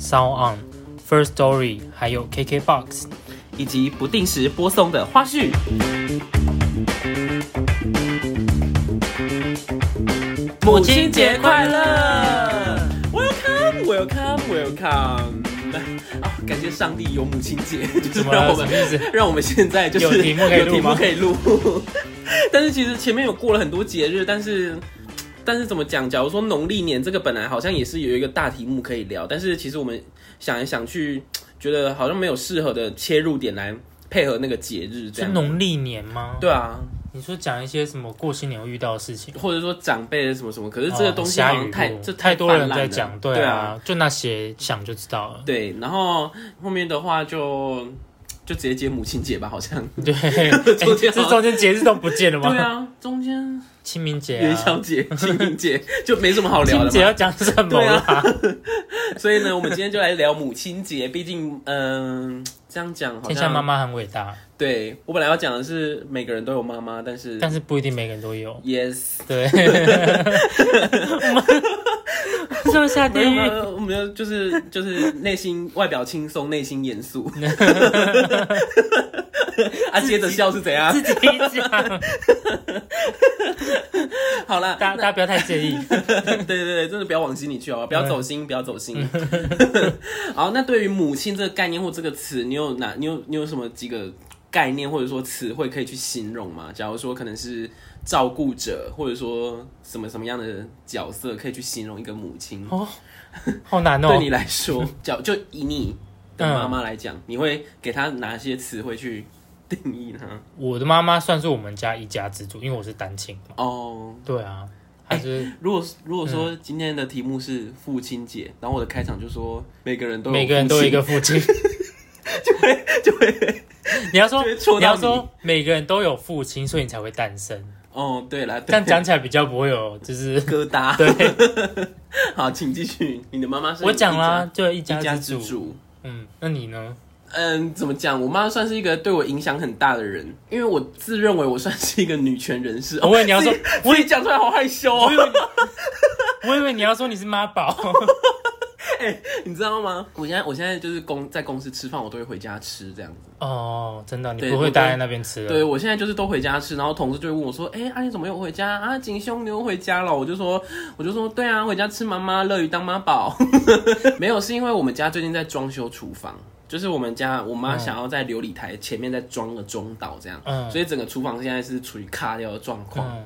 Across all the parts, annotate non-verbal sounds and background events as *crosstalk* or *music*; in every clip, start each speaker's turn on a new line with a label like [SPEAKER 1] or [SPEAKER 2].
[SPEAKER 1] Sound On、First Story，还有 KKBox。
[SPEAKER 2] 以及不定时播送的花絮。母亲节快乐！Welcome, welcome, welcome！啊，感谢上帝有母亲节，就是
[SPEAKER 1] 怎么
[SPEAKER 2] 让
[SPEAKER 1] 了
[SPEAKER 2] 我们
[SPEAKER 1] 什么意思
[SPEAKER 2] 让我们现在就是
[SPEAKER 1] 有题目可以录吗
[SPEAKER 2] 有题目可以录。但是其实前面有过了很多节日，但是但是怎么讲？假如说农历年这个本来好像也是有一个大题目可以聊，但是其实我们想一想去，觉得好像没有适合的切入点来配合那个节日这
[SPEAKER 1] 是
[SPEAKER 2] 样。
[SPEAKER 1] 农历年吗？，
[SPEAKER 2] 对啊，
[SPEAKER 1] 你说讲一些什么过新年会遇到的事情？
[SPEAKER 2] 或者说长辈的什么什么，可是这个
[SPEAKER 1] 哦
[SPEAKER 2] 东西好
[SPEAKER 1] 下雨
[SPEAKER 2] 像太、
[SPEAKER 1] 过
[SPEAKER 2] 这
[SPEAKER 1] 太多
[SPEAKER 2] 泛
[SPEAKER 1] 人
[SPEAKER 2] 滥
[SPEAKER 1] 在
[SPEAKER 2] 了
[SPEAKER 1] 讲，
[SPEAKER 2] 对
[SPEAKER 1] 对啊，就那些想就知
[SPEAKER 2] *laughs*
[SPEAKER 1] 道了。
[SPEAKER 2] 对，然后后面的话就就直接接母亲节吧，好像。
[SPEAKER 1] 对，
[SPEAKER 2] 中间
[SPEAKER 1] 哎
[SPEAKER 2] 好像
[SPEAKER 1] *laughs* 这中间节日都不见了吗？
[SPEAKER 2] 对啊，中间
[SPEAKER 1] 清明节
[SPEAKER 2] *laughs* 元
[SPEAKER 1] 啊
[SPEAKER 2] 宵，节、清明节就没什么好
[SPEAKER 1] 清
[SPEAKER 2] 聊
[SPEAKER 1] 明
[SPEAKER 2] 的
[SPEAKER 1] 节
[SPEAKER 2] 嘛。
[SPEAKER 1] 要讲什么
[SPEAKER 2] 对啊
[SPEAKER 1] 啦？
[SPEAKER 2] 所以呢，我们今天就来聊母亲节，毕竟嗯、这样讲好
[SPEAKER 1] 天下妈
[SPEAKER 2] 像
[SPEAKER 1] 妈很伟大，
[SPEAKER 2] 对我本来要讲的是每个人都有妈妈，但是
[SPEAKER 1] 但是不一定每个人都有。 *laughs*
[SPEAKER 2] yes。
[SPEAKER 1] 对，我们是不是下地
[SPEAKER 2] 没有没
[SPEAKER 1] 狱？
[SPEAKER 2] 有，我们就是就是内心外表轻松，内心严
[SPEAKER 1] *laughs*
[SPEAKER 2] 肃。 *laughs* 啊，接着笑是怎样？
[SPEAKER 1] 自己讲，
[SPEAKER 2] 好啦，
[SPEAKER 1] 大家大家不要太介意。
[SPEAKER 2] *laughs* 对对对，真的不要往心里去好吧，不要走心，不要走
[SPEAKER 1] *laughs*
[SPEAKER 2] 心。 *laughs* 好，那对于母亲这个概念或这个词，你有哪你有你有什么几个概念或者说词汇可以去形容吗？假如说可能是照顾者，或者说什么什么样的角色可以去形容一个母亲？
[SPEAKER 1] 哦，好难哦
[SPEAKER 2] 对。你来
[SPEAKER 1] *laughs*
[SPEAKER 2] 说，假就以你的妈妈来讲，你会给她哪些词汇去定义呢？
[SPEAKER 1] 我的妈妈算是我们家一家之主，因为我是单亲嘛。
[SPEAKER 2] 哦、
[SPEAKER 1] 对啊，还是
[SPEAKER 2] 如果如果说
[SPEAKER 1] 嗯
[SPEAKER 2] 今天的题目是父亲节，然后我的开场就说每个人都有
[SPEAKER 1] 每个人都有
[SPEAKER 2] 父
[SPEAKER 1] 一
[SPEAKER 2] 亲
[SPEAKER 1] 个父亲，就 *laughs* 会
[SPEAKER 2] *laughs*
[SPEAKER 1] 就会。你要说
[SPEAKER 2] 就会戳到
[SPEAKER 1] 你要
[SPEAKER 2] 你
[SPEAKER 1] 说每个人都有父亲，所以你才会诞生。
[SPEAKER 2] 哦，对了，
[SPEAKER 1] 这样
[SPEAKER 2] 对
[SPEAKER 1] 讲起来比较不会有，就是 *laughs*
[SPEAKER 2] 疙瘩。
[SPEAKER 1] 对
[SPEAKER 2] *laughs* 好，请继续。你的妈妈是
[SPEAKER 1] 我讲啦，
[SPEAKER 2] 一
[SPEAKER 1] 就一
[SPEAKER 2] 家，一
[SPEAKER 1] 家
[SPEAKER 2] 家之
[SPEAKER 1] 之主。
[SPEAKER 2] 主。
[SPEAKER 1] 嗯，那你呢？
[SPEAKER 2] 嗯，怎么讲？我妈算是一个对我影响很大的人，因为我自认为我算是一个女权人士。
[SPEAKER 1] 哦
[SPEAKER 2] *laughs*
[SPEAKER 1] 我以为你要说
[SPEAKER 2] 自己，我也讲出来好害羞哦
[SPEAKER 1] 我以。为你我以为你要说你是妈宝。 *laughs*
[SPEAKER 2] 你知道吗？我现在我现在就是公在公司吃饭，我都会回家吃这样子。
[SPEAKER 1] 哦，真的，你
[SPEAKER 2] 对
[SPEAKER 1] 不
[SPEAKER 2] 我
[SPEAKER 1] 会
[SPEAKER 2] 都
[SPEAKER 1] 待在那边吃了。
[SPEAKER 2] 对，我现在就是都回家吃，然后同事就会问我说：“哎、啊你怎么又回家啊？锦兄你又回家了？”我就说：“我就说对啊，回家吃妈妈乐于当妈 *laughs* 宝。”没有，是因为我们家最近在装修厨房，就是我们家我妈想要在琉璃台前面再装个中岛这样，
[SPEAKER 1] 嗯
[SPEAKER 2] 所以整个厨房现在是处于卡掉的状况。
[SPEAKER 1] 嗯，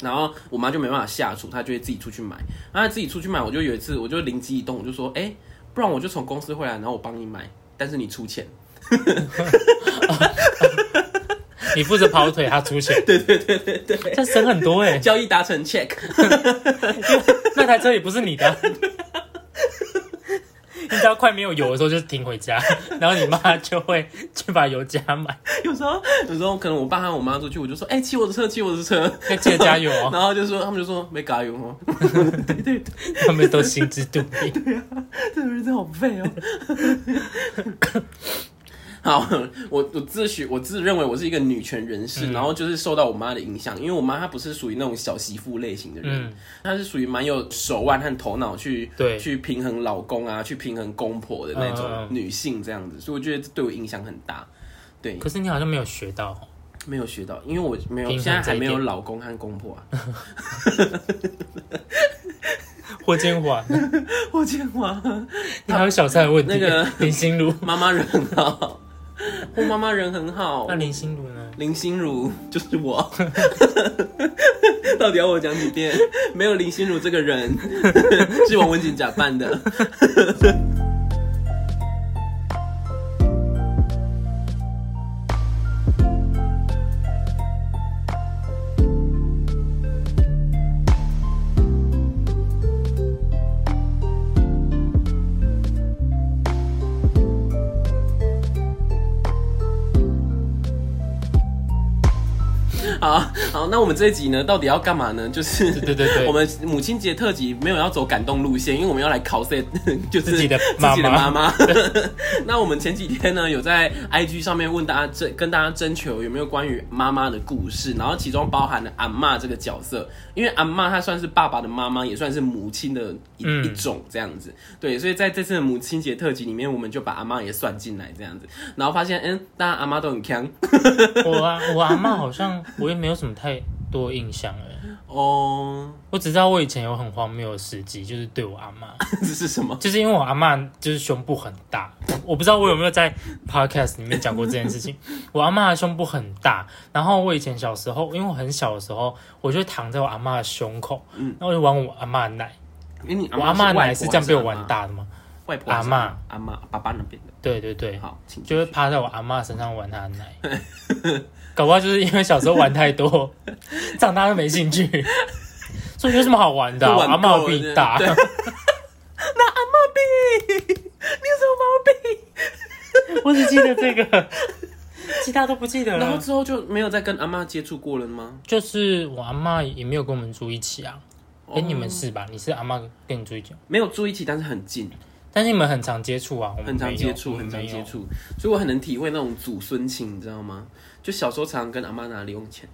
[SPEAKER 2] 然后我妈就没办法下厨，她就会自己出去买。然后她自己出去买，我就有一次我就灵机一动，我就说：“哎、不然我就从公司回来，然后我帮你买，但是你出钱。”
[SPEAKER 1] 你负责跑腿，他出钱。
[SPEAKER 2] *laughs*
[SPEAKER 1] 对对对对对，这省很多哎。
[SPEAKER 2] 交易达成 check。
[SPEAKER 1] 那台车也不是你的。啊你只要快没有油的时候就停回家， *laughs* 然后你妈就会 *laughs* 去把油加满。
[SPEAKER 2] 有时候，有时候可能我爸和我妈出去，我就说：“哎、骑我的车，骑我的车。
[SPEAKER 1] 要记得加油”
[SPEAKER 2] *laughs*
[SPEAKER 1] 哦，
[SPEAKER 2] 然后就说，他们就说没加油哦，
[SPEAKER 1] 他们都心知肚明。
[SPEAKER 2] 这个人真好废哦。好，我我自诩我自认为我是一个女权人士，然后就是受到我妈的影响，因为我妈她不是属于那种小媳妇类型的人，
[SPEAKER 1] 嗯
[SPEAKER 2] 她是属于蛮有手腕和头脑去
[SPEAKER 1] 对
[SPEAKER 2] 去平衡老公啊，去平衡公婆的那
[SPEAKER 1] 嗯嗯
[SPEAKER 2] 种
[SPEAKER 1] 嗯
[SPEAKER 2] 女性这样子，所以我觉得这对我影响很大。对，
[SPEAKER 1] 可是你好像没有学到哦，
[SPEAKER 2] 没有学到，因为我没有
[SPEAKER 1] 平衡
[SPEAKER 2] 现在
[SPEAKER 1] 这
[SPEAKER 2] 还
[SPEAKER 1] 一
[SPEAKER 2] 没有
[SPEAKER 1] 点
[SPEAKER 2] 老公和公婆啊。
[SPEAKER 1] 霍建华，
[SPEAKER 2] 霍建华，
[SPEAKER 1] 你还有小三的问题。
[SPEAKER 2] 那个
[SPEAKER 1] 林心如，
[SPEAKER 2] 妈妈人很好，我妈妈人很好
[SPEAKER 1] 那。林心如呢？
[SPEAKER 2] 林心如就是我， *laughs* 到底要我讲几遍？没有林心如这个人， *laughs* 是王文景假扮的。好啊好，那我们这一集呢，到底要干嘛呢？就是
[SPEAKER 1] 对对对
[SPEAKER 2] *laughs*
[SPEAKER 1] 对
[SPEAKER 2] 我们母亲节特辑没有要走感动路线，因为我们要来 cos *laughs* 就是
[SPEAKER 1] 自己的
[SPEAKER 2] 自己的妈
[SPEAKER 1] 妈 *laughs*
[SPEAKER 2] 妈。 *laughs* 那我们前几天呢，有在 IG 上面问大家征跟大家征求有没有关于妈妈的故事，然后其中包含了阿嬷这个角色，因为阿嬷她算是爸爸的妈妈，也算是母亲的一、
[SPEAKER 1] 嗯
[SPEAKER 2] 一种这样子。对，所以在这次的母亲节特辑里面，我们就把阿嬷也算进来这样子，然后发现，嗯，大家阿嬷都很强
[SPEAKER 1] 我啊，我阿嬷好像我也没有什么太多印象哎，
[SPEAKER 2] 哦， *laughs*
[SPEAKER 1] 我只知道我以前有很荒谬的事迹，就是对我阿嬷，
[SPEAKER 2] 这是什么？
[SPEAKER 1] 就是因为我阿嬷就是胸部很大，我不知道我有没有在 podcast 里面讲过这件事情。 *laughs* 我阿嬷的胸部很大，然后我以前小时候，因为我很小的时候，我就躺在我阿嬷的胸口，
[SPEAKER 2] 嗯
[SPEAKER 1] 然后我就玩我阿嬷的奶，
[SPEAKER 2] 因为你
[SPEAKER 1] 我阿嬷的奶
[SPEAKER 2] 是
[SPEAKER 1] 是这样被我
[SPEAKER 2] 外婆还
[SPEAKER 1] 玩
[SPEAKER 2] 是阿嬷，
[SPEAKER 1] 大的吗？
[SPEAKER 2] 外婆还是
[SPEAKER 1] 阿嬷
[SPEAKER 2] 阿嬷爸爸那边的。
[SPEAKER 1] 对对对，
[SPEAKER 2] 好，请
[SPEAKER 1] 就会趴在我阿嬷身上玩她的奶，
[SPEAKER 2] *laughs*
[SPEAKER 1] 搞不好就是因为小时候玩太多，长大就没兴趣。所以有什么好玩的啊、
[SPEAKER 2] 就
[SPEAKER 1] 我
[SPEAKER 2] 玩
[SPEAKER 1] 阿
[SPEAKER 2] 够了
[SPEAKER 1] 嬷比你大，
[SPEAKER 2] 对那阿嬷比， *laughs* 你有什么毛病？
[SPEAKER 1] *laughs* 我只记得这个，其他都不记得
[SPEAKER 2] 然后
[SPEAKER 1] 了。
[SPEAKER 2] 之后就没有再跟阿嬷接触过了吗？
[SPEAKER 1] 就是我阿嬷也没有跟我们住一起啊。哎、
[SPEAKER 2] 哦
[SPEAKER 1] 你们是吧？你是阿嬷跟你住一起，哦
[SPEAKER 2] 没有住一起，但是很近，
[SPEAKER 1] 但是你们很常接触啊，我们
[SPEAKER 2] 很常
[SPEAKER 1] 没有
[SPEAKER 2] 接触，
[SPEAKER 1] 我们
[SPEAKER 2] 很常
[SPEAKER 1] 没有
[SPEAKER 2] 接触，所以我很能体会那种祖孙情，你知道吗？就小时候常常跟阿嬷拿零用钱，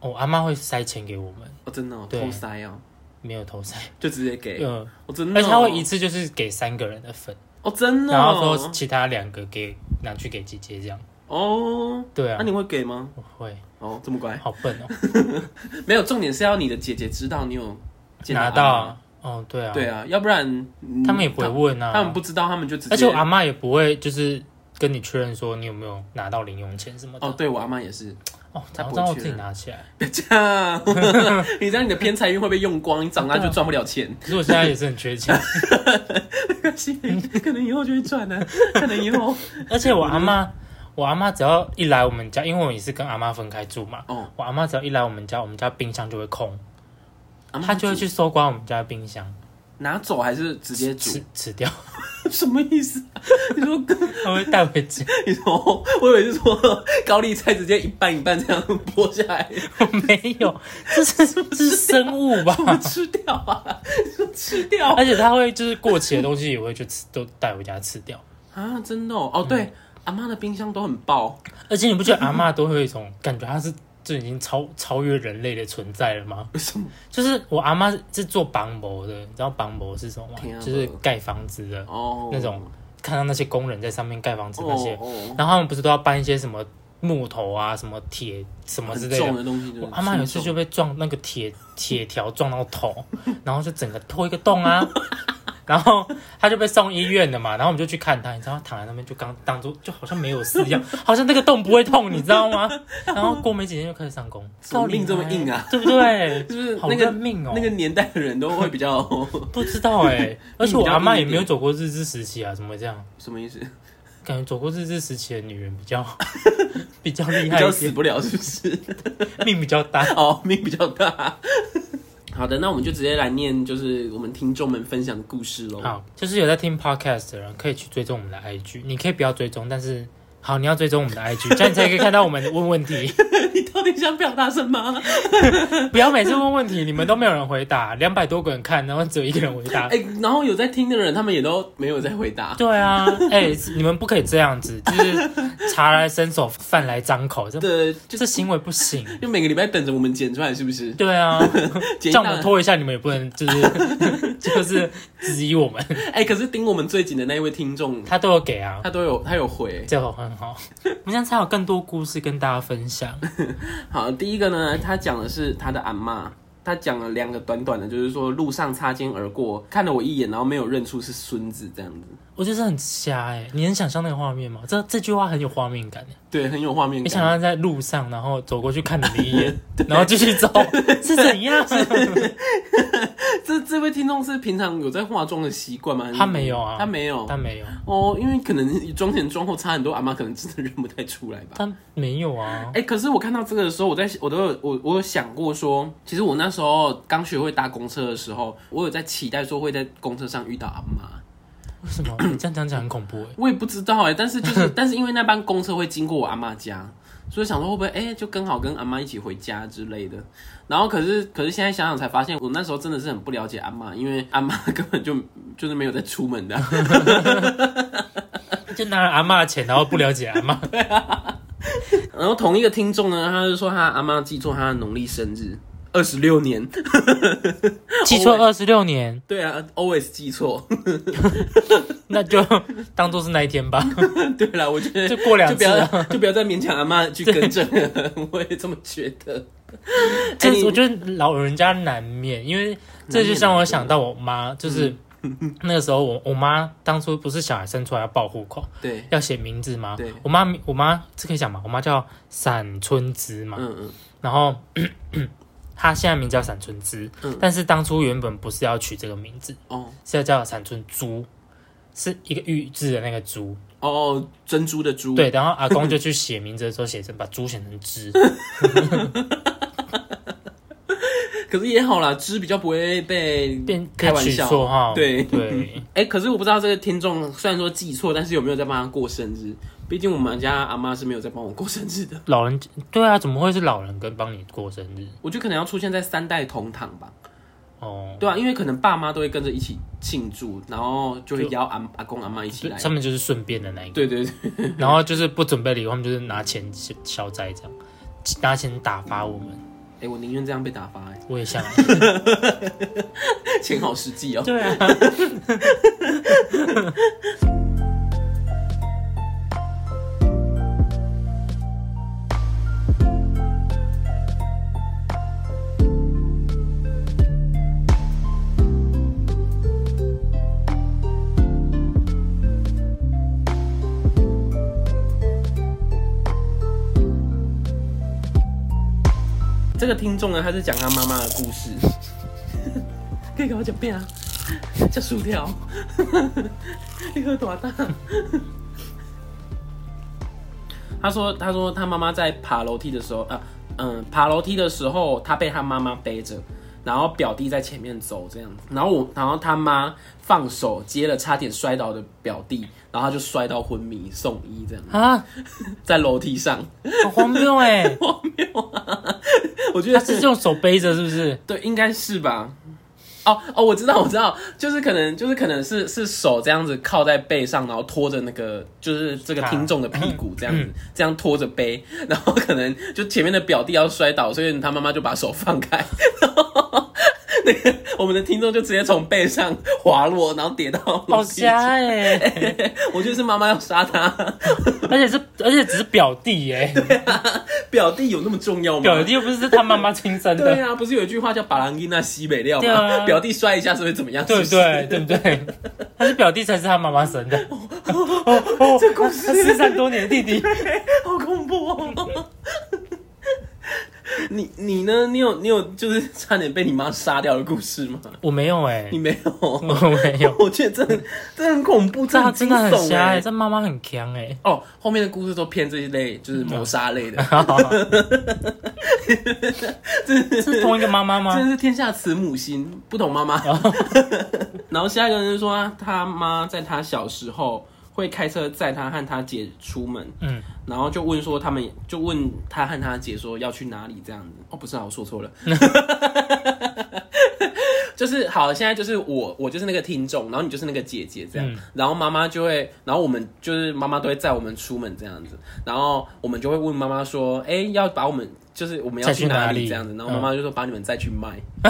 [SPEAKER 1] 哦我阿嬷会塞钱给我们，
[SPEAKER 2] 哦，真的哦，
[SPEAKER 1] 对
[SPEAKER 2] 偷塞哦，
[SPEAKER 1] 没有偷塞，
[SPEAKER 2] 就直接给，
[SPEAKER 1] 嗯，
[SPEAKER 2] 哦，真的
[SPEAKER 1] 而
[SPEAKER 2] 哦，
[SPEAKER 1] 且她会一次就是给三个人的份，
[SPEAKER 2] 哦，真的
[SPEAKER 1] 然后
[SPEAKER 2] 哦
[SPEAKER 1] 说，其他两个给拿去给姐姐这样。
[SPEAKER 2] 哦，
[SPEAKER 1] 对啊
[SPEAKER 2] 那，你会给吗？
[SPEAKER 1] 我会，
[SPEAKER 2] 哦，这么乖，
[SPEAKER 1] 好笨哦，
[SPEAKER 2] 没有，重点是要你的姐姐知道你有 *laughs* 见
[SPEAKER 1] 拿
[SPEAKER 2] 阿嬷
[SPEAKER 1] 到啊，哦，对啊，
[SPEAKER 2] 对啊，要不然
[SPEAKER 1] 他们也不会问啊，
[SPEAKER 2] 他们不知道，他们就直接。
[SPEAKER 1] 而且我阿嬷也不会就是跟你确认说你有没有拿到零用钱什么的，
[SPEAKER 2] 哦，对我阿妈也是， *laughs*
[SPEAKER 1] 哦，
[SPEAKER 2] 她
[SPEAKER 1] 然
[SPEAKER 2] 不
[SPEAKER 1] 后
[SPEAKER 2] 会
[SPEAKER 1] 让我
[SPEAKER 2] 确
[SPEAKER 1] 自己
[SPEAKER 2] 认
[SPEAKER 1] 拿起来，
[SPEAKER 2] 别这样， *laughs* 你这样你的偏财运会被用光，你长大就赚不了钱， *laughs*
[SPEAKER 1] 可是我现在也是很缺钱，
[SPEAKER 2] 可能以后就会赚呢、 *laughs* 可能以后
[SPEAKER 1] 而且我阿嬷，我阿嬷只要一来我们家，因为我也是跟阿妈分开住嘛，
[SPEAKER 2] 哦，
[SPEAKER 1] 我阿嬷只要一来我们家，我们家冰箱就会空，
[SPEAKER 2] 阿嬷
[SPEAKER 1] 她就会去搜刮我们家的冰箱，
[SPEAKER 2] 拿走还是直接煮
[SPEAKER 1] 吃？吃掉，
[SPEAKER 2] 什么意思？ *laughs* 你说
[SPEAKER 1] 她会带回家， *laughs*
[SPEAKER 2] 你说，我以为是说 *laughs* 高丽菜直接一半一半这样剥下
[SPEAKER 1] *laughs*
[SPEAKER 2] 来，
[SPEAKER 1] 我没有，这是这是生物
[SPEAKER 2] *laughs*
[SPEAKER 1] 吧？
[SPEAKER 2] 我吃掉啊，你说吃掉啊
[SPEAKER 1] 而且他会就是过期的东西也会就吃都带回家吃掉。
[SPEAKER 2] 啊，真的哦，哦对，阿妈的冰箱都很爆，
[SPEAKER 1] 而且你不觉得阿嬷都会有一种感觉，她是就已经超超越人类的存在了吗？
[SPEAKER 2] 为什么？
[SPEAKER 1] 就是我阿嬷是做房模的，你知道房模是什么吗
[SPEAKER 2] 听？不
[SPEAKER 1] 就是盖房子的，
[SPEAKER 2] 哦，
[SPEAKER 1] 那种看到那些工人在上面盖房子那些，
[SPEAKER 2] 哦
[SPEAKER 1] 然后他们不是都要搬一些什么木头啊、什么铁什
[SPEAKER 2] 哦，
[SPEAKER 1] 么啊之
[SPEAKER 2] 很
[SPEAKER 1] 类
[SPEAKER 2] 重
[SPEAKER 1] 的。
[SPEAKER 2] 的东西，
[SPEAKER 1] 我阿嬷有一次就被撞那个铁铁条撞到头， *laughs* 然后就整个拖一个洞啊， *laughs* 然后她就被送医院了嘛，然后我们就去看她，你知道她躺在那边就刚当做就好像没有事一
[SPEAKER 2] *laughs*
[SPEAKER 1] 样，好像那个洞不会痛，你知道吗？然后过没几天就开始上工，
[SPEAKER 2] 怎么命这么硬啊
[SPEAKER 1] 到底来，对不对？
[SPEAKER 2] *laughs* 就是
[SPEAKER 1] 好
[SPEAKER 2] 那个
[SPEAKER 1] 认命哦，
[SPEAKER 2] 那个年代的人都会比较 *laughs*
[SPEAKER 1] 不知道哎、而且
[SPEAKER 2] 比
[SPEAKER 1] 我
[SPEAKER 2] 较
[SPEAKER 1] 阿嬷
[SPEAKER 2] *laughs* 硬一
[SPEAKER 1] 也没有
[SPEAKER 2] 点
[SPEAKER 1] 走过日治时期啊，怎么会这样？
[SPEAKER 2] 什么意
[SPEAKER 1] *laughs*
[SPEAKER 2] 思？
[SPEAKER 1] 感觉走过日治时期的女人比较 *laughs* 比较
[SPEAKER 2] 比
[SPEAKER 1] 厉害
[SPEAKER 2] 较
[SPEAKER 1] 一
[SPEAKER 2] 死
[SPEAKER 1] 点，
[SPEAKER 2] 不了是不是？ *laughs*
[SPEAKER 1] 命比较大。
[SPEAKER 2] 哦，命比较大。 *laughs* 好的，那我们就直接来念，就是我们听众们分享的故事喽。
[SPEAKER 1] 好，就是有在听 podcast 的人可以去追踪我们的 IG，你可以不要追踪，但是好，你要追踪我们
[SPEAKER 2] *laughs*
[SPEAKER 1] 的 IG，这样你才可以看到我们问问题。
[SPEAKER 2] *laughs*
[SPEAKER 1] *laughs*
[SPEAKER 2] 你到底想表达什么？
[SPEAKER 1] 不要每次问问题，你们都没有人回答，两百多个人看，然后只有一个人回答。
[SPEAKER 2] 哎、然后有在听的人，他们也都没有在回
[SPEAKER 1] *laughs*
[SPEAKER 2] 答。
[SPEAKER 1] 对啊，哎、你们不可以这样子，就是茶来伸手，饭来张口，这
[SPEAKER 2] 对，就
[SPEAKER 1] 这行为不行。
[SPEAKER 2] 就每个礼拜等着我们剪出来，是不是？
[SPEAKER 1] 对啊，
[SPEAKER 2] 剪一
[SPEAKER 1] 叫我们
[SPEAKER 2] 大
[SPEAKER 1] 拖一下，你们也不能就是就是 *laughs* 质疑我们，
[SPEAKER 2] 哎、可是盯我们最紧的那一位听众，
[SPEAKER 1] 他都有给啊，
[SPEAKER 2] 他都有他有回。
[SPEAKER 1] 这个很好， *laughs* 我们这样才有更多故事跟大家分享。
[SPEAKER 2] 好，第一个呢，他讲的是他的阿嬷，他讲了两个短短的，就是说路上擦肩而过，看了我一眼，然后没有认出是孙子这样子。
[SPEAKER 1] 我觉得很瞎哎、你能想象那个画面吗？这这句话很有画面感哎、
[SPEAKER 2] 对，很有画面
[SPEAKER 1] 你
[SPEAKER 2] 感。
[SPEAKER 1] 想象在路上，然后走过去看了你一眼，然后继续走，是怎样？
[SPEAKER 2] 这这位听众是平常有在化妆的习惯吗？
[SPEAKER 1] 他没有啊
[SPEAKER 2] 他没有
[SPEAKER 1] 但没有，
[SPEAKER 2] 哦，因为可能妆前妆后差很多，阿妈可能真的认不太出来吧。 *laughs*
[SPEAKER 1] 但没有啊。
[SPEAKER 2] 哎、可是我看到这个的时候，我在我都有我我有想过说，其实我那时候刚学会搭公车的时候，我有在期待说会在公车上遇到阿妈，
[SPEAKER 1] 为什么你这样讲起来很恐怖哎、
[SPEAKER 2] 欸
[SPEAKER 1] *laughs*
[SPEAKER 2] 我也不知道哎、但是就是但是因为那班公车会经过我阿妈家，所以想说会不会哎、就更好跟阿妈一起回家之类的。然后可是可是现在想想才发现，我那时候真的是很不了解阿妈，因为阿妈根本就 *laughs* 就是没有在出门的啊、
[SPEAKER 1] 欸就拿了阿妈的钱，然后不了解阿妈，
[SPEAKER 2] 然后同一个听众呢，他就说他阿妈记错他的农历生日，二十六年。 *laughs*
[SPEAKER 1] 记错二十六年，
[SPEAKER 2] 对啊，always 记错。 *laughs*
[SPEAKER 1] 那就当做是那一天吧，
[SPEAKER 2] 对啦，我觉得
[SPEAKER 1] 就过两
[SPEAKER 2] 就不
[SPEAKER 1] 次
[SPEAKER 2] 要
[SPEAKER 1] 啊。
[SPEAKER 2] 就不要再勉强阿妈去更正了，
[SPEAKER 1] *laughs*
[SPEAKER 2] 我也这么觉得。
[SPEAKER 1] 这
[SPEAKER 2] 哎你
[SPEAKER 1] 我觉得老人家难免，因为这就让我想到我
[SPEAKER 2] 嗯
[SPEAKER 1] 妈，就是那个时候我我妈当初不是小孩生出来要报户口，
[SPEAKER 2] 对，
[SPEAKER 1] 要写名字吗
[SPEAKER 2] 对？
[SPEAKER 1] 我妈我妈这可以讲吗？我妈叫闪春枝嘛，
[SPEAKER 2] 嗯嗯，
[SPEAKER 1] 然后 *clears throat* 她现在名叫闪春枝，
[SPEAKER 2] 嗯
[SPEAKER 1] 但是当初原本不是要取这个名字，
[SPEAKER 2] 哦
[SPEAKER 1] 是要叫闪春珠，是一个玉字的那个珠，
[SPEAKER 2] 哦哦，珍珠的珠，
[SPEAKER 1] 对，然后阿公就去写名字的时候写成把猪写成
[SPEAKER 2] *laughs*
[SPEAKER 1] 枝，
[SPEAKER 2] 可是也好啦，汁比较不会被
[SPEAKER 1] 变
[SPEAKER 2] 开玩
[SPEAKER 1] 取
[SPEAKER 2] 笑
[SPEAKER 1] 绰号，
[SPEAKER 2] 对
[SPEAKER 1] 对。
[SPEAKER 2] 哎、可是我不知道这个听众虽然说记错，但是有没有在帮他过生日？毕竟我们家阿妈是没有在帮我过生日的，
[SPEAKER 1] 老人对啊，怎么会是老人跟帮你过生日？
[SPEAKER 2] 我觉得可能要出现在三代同堂吧。
[SPEAKER 1] 哦，
[SPEAKER 2] 对啊，因为可能爸妈都会跟着一起庆祝，然后就会邀阿阿公阿妈一起
[SPEAKER 1] 就
[SPEAKER 2] 来。
[SPEAKER 1] 他们就是顺便的那一个，
[SPEAKER 2] 对对对，
[SPEAKER 1] 然后就是不准备礼物，他们就是拿钱消消灾这样，拿钱打发我们。
[SPEAKER 2] 哎、我宁愿这样被打发、欸，
[SPEAKER 1] 我也想
[SPEAKER 2] *laughs*
[SPEAKER 1] 来，
[SPEAKER 2] 钱好实际哦、
[SPEAKER 1] 对啊，
[SPEAKER 2] 这个听众呢，他是讲他妈妈的故事， *laughs* 可以给我讲遍啊，叫薯条， *laughs* 你喝多大？他说，他说他妈妈在爬楼梯的时候，啊，嗯，爬楼梯的时候，他被他妈妈背着，然后表弟在前面走这样子，然后我，然后他妈放手接了差点摔倒的表弟，然后他就摔到昏迷送医这样，
[SPEAKER 1] 啊，
[SPEAKER 2] 在楼梯上， *laughs*
[SPEAKER 1] 好荒谬哎、
[SPEAKER 2] 啊我觉得
[SPEAKER 1] 他是用手背着是不
[SPEAKER 2] *laughs*
[SPEAKER 1] 是？
[SPEAKER 2] 对，应该是吧。哦哦，我知道，我知道，就是可能，就是可能是是手这样子靠在背上，然后拖着那个，就是这个
[SPEAKER 1] 啊
[SPEAKER 2] 听众的屁股这样
[SPEAKER 1] 嗯
[SPEAKER 2] 子，这样拖着背，然后可能就前面的表弟要摔倒，所以他妈妈就把手放开，然后那个我们的听众就直接从背上滑落，然后跌到
[SPEAKER 1] 好
[SPEAKER 2] 楼梯间
[SPEAKER 1] 瞎哎、
[SPEAKER 2] 我觉得是妈妈要杀他，
[SPEAKER 1] 而且是而且只是表弟哎、
[SPEAKER 2] 啊表弟有那么重要吗？
[SPEAKER 1] 表弟又不是他妈妈亲生
[SPEAKER 2] 对
[SPEAKER 1] 的，
[SPEAKER 2] 啊，不是有一句话叫“把狼伊那西北料”
[SPEAKER 1] 对
[SPEAKER 2] 吗？
[SPEAKER 1] 啊
[SPEAKER 2] 表弟摔一下是会怎么样？
[SPEAKER 1] 对不
[SPEAKER 2] 是是哦
[SPEAKER 1] 对？对不对？他是表弟才是他妈妈
[SPEAKER 2] *laughs*
[SPEAKER 1] 生的，哦
[SPEAKER 2] 这故事
[SPEAKER 1] 他失散多年的弟弟。
[SPEAKER 2] 好恐怖哦！ *laughs* 你你呢？你有你有就是差点被你妈杀掉的故事吗？
[SPEAKER 1] 我没有哎、
[SPEAKER 2] 你没有？
[SPEAKER 1] 我没
[SPEAKER 2] *laughs*
[SPEAKER 1] 有，
[SPEAKER 2] 我觉得这很这很恐怖，
[SPEAKER 1] 这
[SPEAKER 2] 这很惊
[SPEAKER 1] 真的很
[SPEAKER 2] 悚
[SPEAKER 1] 瞎哎、
[SPEAKER 2] 哎、
[SPEAKER 1] 这妈妈很强
[SPEAKER 2] *laughs*
[SPEAKER 1] 哎、
[SPEAKER 2] 哦，后面的故事都偏这一类，就是谋杀类
[SPEAKER 1] *laughs*
[SPEAKER 2] 的，
[SPEAKER 1] 欸，这是同一个妈妈吗？
[SPEAKER 2] 真的是天下慈母心，不懂妈妈。
[SPEAKER 1] 哦
[SPEAKER 2] *laughs* 然后下一个人就说他妈在他小时候会开车载他和他姐出门，
[SPEAKER 1] 嗯，
[SPEAKER 2] 然后就问说他们就问他和他姐说要去哪里这样子。哦，不是啊，我说错了， *laughs* 就是好，现在就是我，我就是那个听众，然后你就是那个姐姐这样，
[SPEAKER 1] 嗯
[SPEAKER 2] 然后妈妈就会，然后我们就是妈妈都会载我们出门这样子，然后我们就会问妈妈说，哎、要把我们就是我们要
[SPEAKER 1] 载
[SPEAKER 2] 去
[SPEAKER 1] 去哪
[SPEAKER 2] 哪里
[SPEAKER 1] 里
[SPEAKER 2] 这样子，然后妈妈就说把你们再去卖。 *laughs*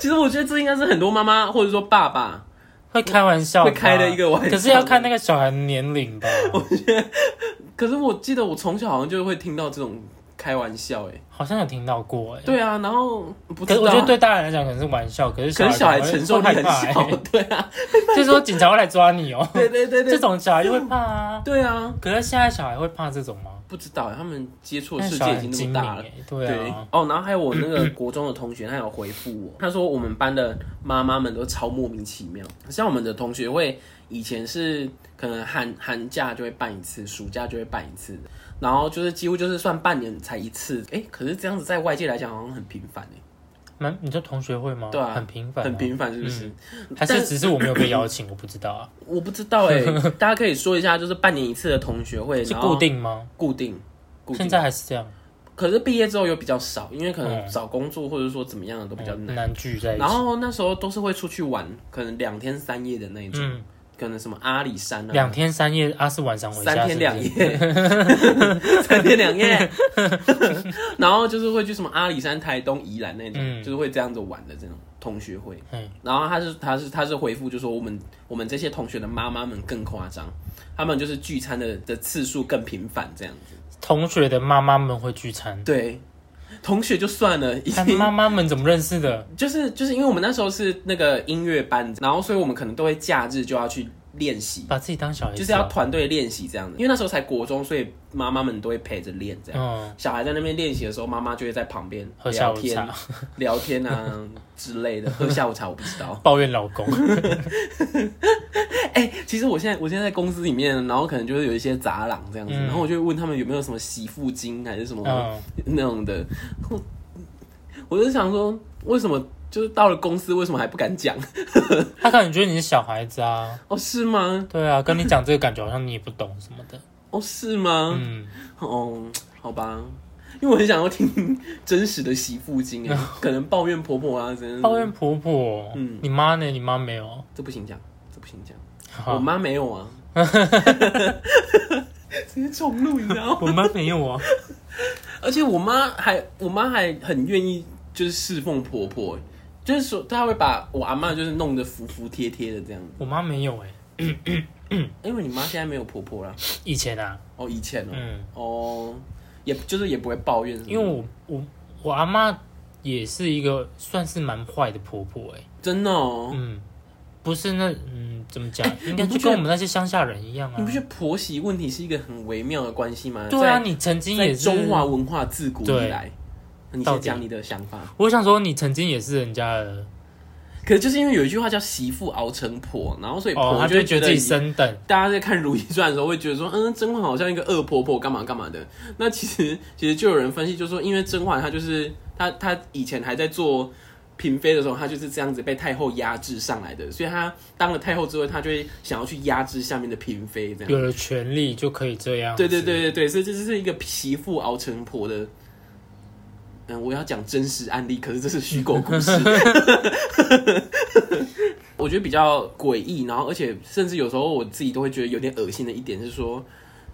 [SPEAKER 2] 其实我觉得这应该是很多妈妈或者说爸爸
[SPEAKER 1] 会开玩笑吧，
[SPEAKER 2] 会开的一个玩笑
[SPEAKER 1] 可是要看那个小孩的年龄吧，
[SPEAKER 2] 可是我记得我从小好像就会听到这种开玩笑、欸，哎，
[SPEAKER 1] 好像有听到过哎、
[SPEAKER 2] 对啊，然后不知
[SPEAKER 1] 可是
[SPEAKER 2] 道，
[SPEAKER 1] 我觉得对，大人来讲可能是玩笑，可是
[SPEAKER 2] 可是小孩
[SPEAKER 1] 可能
[SPEAKER 2] 承受力
[SPEAKER 1] 会
[SPEAKER 2] 很
[SPEAKER 1] 怕
[SPEAKER 2] *laughs*
[SPEAKER 1] 欸
[SPEAKER 2] 小，对啊，
[SPEAKER 1] *laughs* 就是说警察会来抓你哦、
[SPEAKER 2] 对对对对，
[SPEAKER 1] 这种小孩就会怕啊。
[SPEAKER 2] 对啊，
[SPEAKER 1] 可是现在小孩会怕这种吗？
[SPEAKER 2] 不知道欸他们接触的
[SPEAKER 1] 但
[SPEAKER 2] 世
[SPEAKER 1] 小孩
[SPEAKER 2] 界已
[SPEAKER 1] 很
[SPEAKER 2] 经
[SPEAKER 1] 精
[SPEAKER 2] 那么
[SPEAKER 1] 明
[SPEAKER 2] 大了
[SPEAKER 1] 哎、。对啊，
[SPEAKER 2] 哦，然后还有我那
[SPEAKER 1] *clears throat*
[SPEAKER 2] 个国中的同学，他有回复我，他说我们班的妈妈们都超莫名其妙，像我们的同学会以前是可能寒寒假就会办一次，暑假就会办一次，然后就是几乎就是算半年才一次，哎，可是这样子在外界来讲好像很频繁哎，
[SPEAKER 1] 蛮，你说同学会吗？
[SPEAKER 2] 对啊
[SPEAKER 1] 很频繁、啊，
[SPEAKER 2] 很频繁，是不是？
[SPEAKER 1] 还
[SPEAKER 2] 但
[SPEAKER 1] 是只是我没有被邀请，我不知道啊，
[SPEAKER 2] 我不知道哎、
[SPEAKER 1] *laughs*
[SPEAKER 2] 大家可以说一下，就是半年一次的同学会，
[SPEAKER 1] 是
[SPEAKER 2] 然后
[SPEAKER 1] 固定吗？
[SPEAKER 2] 固定哦固
[SPEAKER 1] 现
[SPEAKER 2] 定。
[SPEAKER 1] 在还是这样，
[SPEAKER 2] 可是毕业之后又比较少，因为可能
[SPEAKER 1] 嗯
[SPEAKER 2] 找工作或者说怎么样的都比较
[SPEAKER 1] 嗯
[SPEAKER 2] 难。
[SPEAKER 1] 难聚在一
[SPEAKER 2] 然
[SPEAKER 1] 起。
[SPEAKER 2] 后那时候都是会出去玩，可能两天三夜的那一种，
[SPEAKER 1] 嗯，
[SPEAKER 2] 可能什么阿里山啊，
[SPEAKER 1] 两天三夜，阿、啊、是晚上回家，
[SPEAKER 2] 三天两
[SPEAKER 1] 是
[SPEAKER 2] 夜，三天两夜， *laughs* 然后就是会去什么阿里山、台东、宜兰那种，
[SPEAKER 1] 嗯
[SPEAKER 2] 就是会这样子玩的这种同学会。
[SPEAKER 1] 不是，嗯，
[SPEAKER 2] 然后他是他是他是回复就说我们我们这些同学的妈妈们更夸张，他们就是聚餐的的次数更频繁这样子。
[SPEAKER 1] 同学的妈妈们会
[SPEAKER 2] *laughs*
[SPEAKER 1] 聚餐，
[SPEAKER 2] 对，同学就算了，已
[SPEAKER 1] 但
[SPEAKER 2] 经
[SPEAKER 1] 妈妈们怎么认识的？
[SPEAKER 2] 就是就是因为我们那时候是那个音乐班，然后所以我们可能都会假日就要去练习，
[SPEAKER 1] 把自己当小孩子啊，
[SPEAKER 2] 就是要团队练习这样子。因为那时候才国中，所以妈妈们都会陪着练这样。
[SPEAKER 1] 嗯，
[SPEAKER 2] 小孩在那边练习的时候，妈妈就会在旁边
[SPEAKER 1] 喝下
[SPEAKER 2] 聊
[SPEAKER 1] 午
[SPEAKER 2] 天、
[SPEAKER 1] 茶，
[SPEAKER 2] 聊天啊之类的。 *laughs* 喝下午茶我不知道。
[SPEAKER 1] 抱怨
[SPEAKER 2] *laughs*
[SPEAKER 1] 老公，
[SPEAKER 2] 哎、其实我现在我现在在公司里面，然后可能就是有一些杂郎这样子，
[SPEAKER 1] 嗯
[SPEAKER 2] 然后我就会问他们有没有什么洗腹精还是什么
[SPEAKER 1] 嗯，
[SPEAKER 2] 那种的。 *laughs* 我我就想说，为什么就是到了公司为什么还不敢讲？ *laughs*
[SPEAKER 1] 他可能觉得你是小孩子啊，
[SPEAKER 2] 哦，是吗？
[SPEAKER 1] 对啊，跟你讲这个感觉好像你也不懂什么的，
[SPEAKER 2] 哦，是吗？
[SPEAKER 1] 嗯，
[SPEAKER 2] 哦，好吧。因为我很想要听真实的媳妇经
[SPEAKER 1] *laughs*
[SPEAKER 2] 哎，可能抱怨婆婆啊，真的
[SPEAKER 1] 嗯抱怨婆婆，
[SPEAKER 2] 嗯
[SPEAKER 1] 你妈呢？你妈没有？
[SPEAKER 2] 这不行讲，这不行讲。我
[SPEAKER 1] 好，
[SPEAKER 2] 妈没有
[SPEAKER 1] *laughs*
[SPEAKER 2] 啊，直接重录，你知道吗？
[SPEAKER 1] 我妈没有啊，
[SPEAKER 2] 而且我妈还，我妈还很愿意就是侍奉婆婆，就是说她会把我阿妈就是弄得服服帖帖的这样子。
[SPEAKER 1] 我妈没有哎、
[SPEAKER 2] 因为你妈现在没有婆婆啦，
[SPEAKER 1] 以前啊，
[SPEAKER 2] 哦，以前哦，
[SPEAKER 1] 嗯，
[SPEAKER 2] 哦，也就是也不会抱怨什么，
[SPEAKER 1] 因为我我我阿妈也是一个算是蛮坏的婆婆哎、
[SPEAKER 2] 真的哦，
[SPEAKER 1] 嗯，不是那嗯怎么讲，应该
[SPEAKER 2] 哎你不
[SPEAKER 1] 就
[SPEAKER 2] 觉得
[SPEAKER 1] 跟我们那些乡下人一样啊
[SPEAKER 2] 你不。觉得婆媳问题是一个很微妙的关系吗？
[SPEAKER 1] 对啊，
[SPEAKER 2] 在，
[SPEAKER 1] 你曾经
[SPEAKER 2] 在
[SPEAKER 1] 也是
[SPEAKER 2] 中华文化自古以
[SPEAKER 1] 对
[SPEAKER 2] 来，你
[SPEAKER 1] 到
[SPEAKER 2] 先
[SPEAKER 1] 底
[SPEAKER 2] 讲你的想法。
[SPEAKER 1] 我想说，你曾经也是人家的，哦
[SPEAKER 2] 可是就是因为有一句话叫“媳妇熬成婆”，然后所以
[SPEAKER 1] 哦，
[SPEAKER 2] 婆
[SPEAKER 1] 他
[SPEAKER 2] 就会觉
[SPEAKER 1] 觉得
[SPEAKER 2] 得
[SPEAKER 1] 自己升等，
[SPEAKER 2] 大家在看《如懿传》的时候，会觉得说，嗯，甄嬛好像一个恶婆婆，干嘛干嘛的。那其实其实就有人分析，就说，因为甄嬛她就是她她以前还在做嫔妃的时候，她就是这样子被太后压制上来的，所以她当了太后之后，她就会想要去压制下面的嫔妃，这样。
[SPEAKER 1] 有了权利就可以这样。
[SPEAKER 2] 对对，对对对，所以这就是一个媳妇熬成婆的。嗯，我要讲真实案例，可是这是虚构故 *laughs* 事。我觉得比较诡异，然后而且甚至有时候我自己都会觉得有点恶心的一点是说，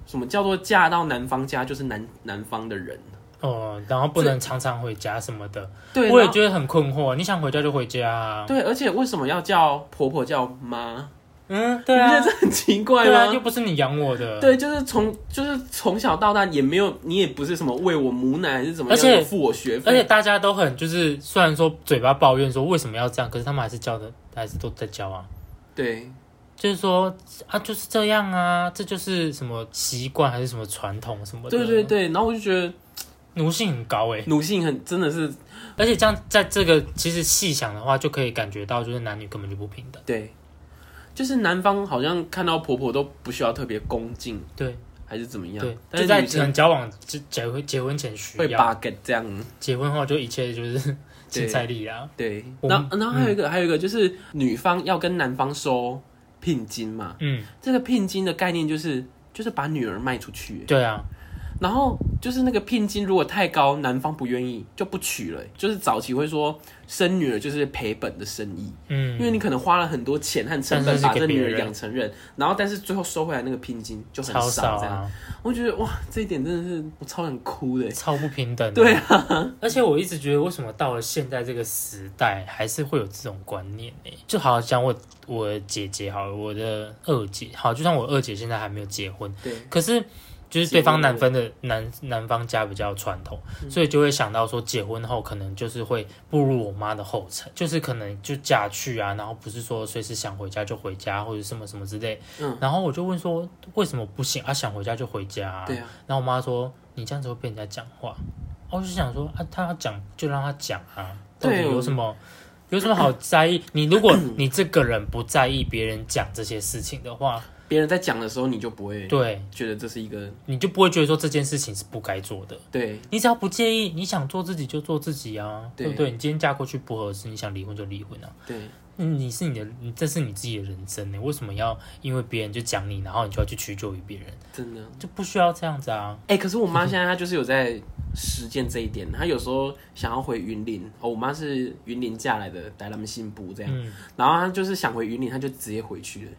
[SPEAKER 2] 什么叫做嫁到男方家就是男男方的人？
[SPEAKER 1] 哦，然后不能常常回家什么的，
[SPEAKER 2] 对，
[SPEAKER 1] 我
[SPEAKER 2] 然
[SPEAKER 1] 也
[SPEAKER 2] 后
[SPEAKER 1] 觉得很困惑。你想回家就回家啊，
[SPEAKER 2] 对，而且为什么要叫婆婆叫妈？
[SPEAKER 1] 嗯，
[SPEAKER 2] 你
[SPEAKER 1] 对
[SPEAKER 2] 不觉
[SPEAKER 1] 啊
[SPEAKER 2] 得，这很奇怪
[SPEAKER 1] 对
[SPEAKER 2] 吗？
[SPEAKER 1] 啊，又不是你养我的，
[SPEAKER 2] 对，就是从就是从小到大也没有，你也不是什么喂我母奶还是怎么
[SPEAKER 1] 而且
[SPEAKER 2] 样付我学费，
[SPEAKER 1] 而且大家都很就是，虽然说嘴巴抱怨说为什么要这样，可是他们还是教的，还是都在教啊。
[SPEAKER 2] 对。
[SPEAKER 1] 就是说啊，就是这样啊，这就是什么习惯还是什么传统什么的，
[SPEAKER 2] 对对，对，然后我就觉得
[SPEAKER 1] 奴性很高哎、
[SPEAKER 2] 奴性很真的是
[SPEAKER 1] 而且这样在这个其实细想的话，就可以感觉到就是男女根本就不平等。
[SPEAKER 2] 对，就是男方好像看到婆婆都不需要特别恭敬
[SPEAKER 1] 对
[SPEAKER 2] 还是怎么样，
[SPEAKER 1] 对，
[SPEAKER 2] 但
[SPEAKER 1] 就是在
[SPEAKER 2] 女
[SPEAKER 1] 可能
[SPEAKER 2] 生
[SPEAKER 1] 交往之结婚结婚前需
[SPEAKER 2] 会
[SPEAKER 1] 要，
[SPEAKER 2] 把给这样，
[SPEAKER 1] 结婚后就一切就是 *laughs*
[SPEAKER 2] 对
[SPEAKER 1] 青菜力啊。
[SPEAKER 2] 对。
[SPEAKER 1] 我嗯
[SPEAKER 2] 然后然后还有一个、还有一个就是女方要跟男方收聘金嘛，
[SPEAKER 1] 嗯，
[SPEAKER 2] 这个聘金的概念就是就是把女儿卖出去，
[SPEAKER 1] 对啊，
[SPEAKER 2] 然后就是那个聘金如果太高，男方不愿意就不娶了，就是早期会说生女儿就是赔本的生意，因为
[SPEAKER 1] 嗯，
[SPEAKER 2] 你可能花了很多钱和成
[SPEAKER 1] 但
[SPEAKER 2] 本
[SPEAKER 1] 是是
[SPEAKER 2] 把
[SPEAKER 1] 给
[SPEAKER 2] 这女
[SPEAKER 1] 别
[SPEAKER 2] 儿
[SPEAKER 1] 人
[SPEAKER 2] 养成人，然后但是最后收回来那个聘金就很
[SPEAKER 1] 超
[SPEAKER 2] 少
[SPEAKER 1] 少
[SPEAKER 2] 这样。
[SPEAKER 1] 啊，
[SPEAKER 2] 我觉得哇，这一点真的是我超想哭的。
[SPEAKER 1] 超不平等。
[SPEAKER 2] 对
[SPEAKER 1] 啊， *laughs* 而且我一直觉得为什么到了现在这个时代，还是会有这种观念呢、就好像我我姐姐好了，我的二姐好，就算我二姐现在还没有结婚，
[SPEAKER 2] 对，
[SPEAKER 1] 可是就是对方男方的男男方家比较传统，
[SPEAKER 2] 嗯
[SPEAKER 1] 所以就会想到说结婚后可能就是会步入我妈的后尘，就是可能就嫁去啊，然后不是说随时想回家就回家或者什么什么之类。
[SPEAKER 2] 嗯
[SPEAKER 1] 然后我就问说为什么不行啊？想回家就回家、啊。
[SPEAKER 2] 对啊，
[SPEAKER 1] 然后我妈说你这样子会被人家讲话，我就想说啊，她要讲就让她讲啊，到
[SPEAKER 2] 对
[SPEAKER 1] 底有什么？有什么好在意？ *coughs* 你如果你这个人不在意别人讲这些事情的话，
[SPEAKER 2] 别人在讲的时候，你就不会
[SPEAKER 1] 对，
[SPEAKER 2] 觉得这是一个
[SPEAKER 1] 你就不会觉得说这件事情是不该做的。
[SPEAKER 2] 对
[SPEAKER 1] 你只要不介意，你想做自己就做自己啊，
[SPEAKER 2] 对
[SPEAKER 1] 对不对？你今天嫁过去不合适，你想离婚就离婚啊。
[SPEAKER 2] 对
[SPEAKER 1] 嗯你是你的，你这是你自己的人生欸呢，为什么要因为别人就讲你，然后你就要去屈就于别人？
[SPEAKER 2] 真的。
[SPEAKER 1] 就不需要这样子啊。 *coughs*
[SPEAKER 2] 哎、可是我妈现在她就是有在实践这一点，她有时候想要回云林哦，我妈是云林嫁来的，来他们新部这样，
[SPEAKER 1] 嗯，
[SPEAKER 2] 然后她就是想回云林，她就直接回去了。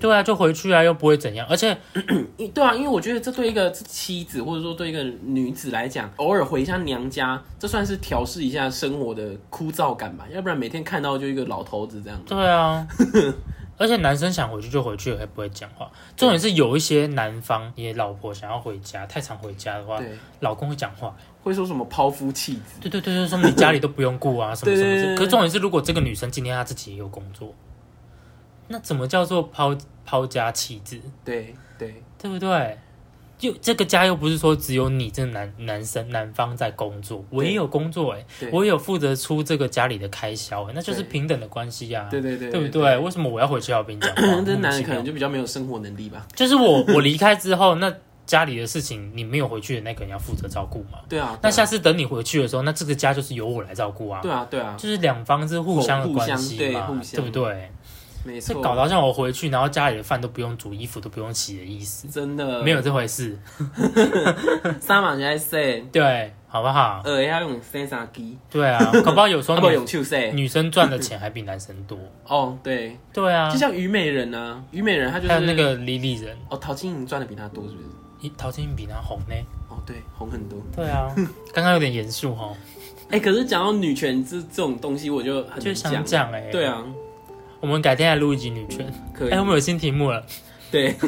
[SPEAKER 1] 对啊，就回去啊，又不会怎样。而且
[SPEAKER 2] 因对啊，因为我觉得这对一个妻子或者说对一个女子来讲，偶尔回一下娘家，这算是调试一下生活的枯燥感吧，要不然每天看到就一个老头子这样。
[SPEAKER 1] 对
[SPEAKER 2] *laughs*
[SPEAKER 1] 啊，而且男生想回去就回去，还不会讲话。重点是有一些男方，你的老婆想要回家，太常回家的话，
[SPEAKER 2] 对，
[SPEAKER 1] 老公会讲话。
[SPEAKER 2] 会说什么抛夫弃子？
[SPEAKER 1] 对对对对，说你家里都不用顾
[SPEAKER 2] *laughs*
[SPEAKER 1] 啊，什么什么
[SPEAKER 2] 对对对
[SPEAKER 1] 之。
[SPEAKER 2] 对
[SPEAKER 1] 可是重点是，如果这个女生今天她自己也有工作，那怎么叫做抛抛家弃子？
[SPEAKER 2] 对对
[SPEAKER 1] 对不对？又这个家又不是说只有你这男男生男方在工作，我也有工作哎、
[SPEAKER 2] 对
[SPEAKER 1] 我也有负责出这个家里的开销、欸，那就是
[SPEAKER 2] 对
[SPEAKER 1] 平等的关系啊呀、
[SPEAKER 2] 对对对，
[SPEAKER 1] 对不对？？为什么我要回去要跟你讲话？
[SPEAKER 2] *clears throat* 这男人
[SPEAKER 1] 莫名其
[SPEAKER 2] 可能
[SPEAKER 1] 妙
[SPEAKER 2] 就比较没有生活能力吧。
[SPEAKER 1] 就是我我离开之后，那家里的事情你没有回去的那个人要负责照顾嘛。
[SPEAKER 2] 对啊，
[SPEAKER 1] 那
[SPEAKER 2] 对啊
[SPEAKER 1] 下次等你回去的时候，那这个家就是由我来照顾啊。
[SPEAKER 2] 对啊对啊，
[SPEAKER 1] 就是两方是互相的
[SPEAKER 2] 互
[SPEAKER 1] 关
[SPEAKER 2] 相
[SPEAKER 1] 系
[SPEAKER 2] 对
[SPEAKER 1] 嘛，
[SPEAKER 2] 互相
[SPEAKER 1] 不对？
[SPEAKER 2] 没
[SPEAKER 1] 这
[SPEAKER 2] 错，
[SPEAKER 1] 搞到像我回去，然后家里的饭都不用煮，衣服都不用洗的意思，
[SPEAKER 2] 真的
[SPEAKER 1] 没有这回事。
[SPEAKER 2] *laughs* 三马人在说，
[SPEAKER 1] 对，好不好？
[SPEAKER 2] 呃，要用三啥机，
[SPEAKER 1] 对啊，搞不好有时
[SPEAKER 2] 啊
[SPEAKER 1] 候
[SPEAKER 2] 不
[SPEAKER 1] 女
[SPEAKER 2] 用手说。
[SPEAKER 1] 女生赚的钱还比男生多。
[SPEAKER 2] 哦，对，
[SPEAKER 1] 对啊
[SPEAKER 2] 就，像虞美人啊，虞美人她就
[SPEAKER 1] 还有
[SPEAKER 2] 是
[SPEAKER 1] 那个李李人，
[SPEAKER 2] 哦，陶晶莹赚的比她多是不是？
[SPEAKER 1] 咦陶晶莹比他红呢。
[SPEAKER 2] 哦，对，红很多。
[SPEAKER 1] 对
[SPEAKER 2] *laughs*
[SPEAKER 1] 啊，刚刚有点严肃哈，
[SPEAKER 2] 哎、可是讲到女权这这种东西，我就很
[SPEAKER 1] 就想
[SPEAKER 2] 难
[SPEAKER 1] 讲哎、
[SPEAKER 2] 对，啊，
[SPEAKER 1] 我们改天来录一集女权。
[SPEAKER 2] 可
[SPEAKER 1] 哎、
[SPEAKER 2] 以，
[SPEAKER 1] 我们有新题目了。
[SPEAKER 2] 对， *laughs*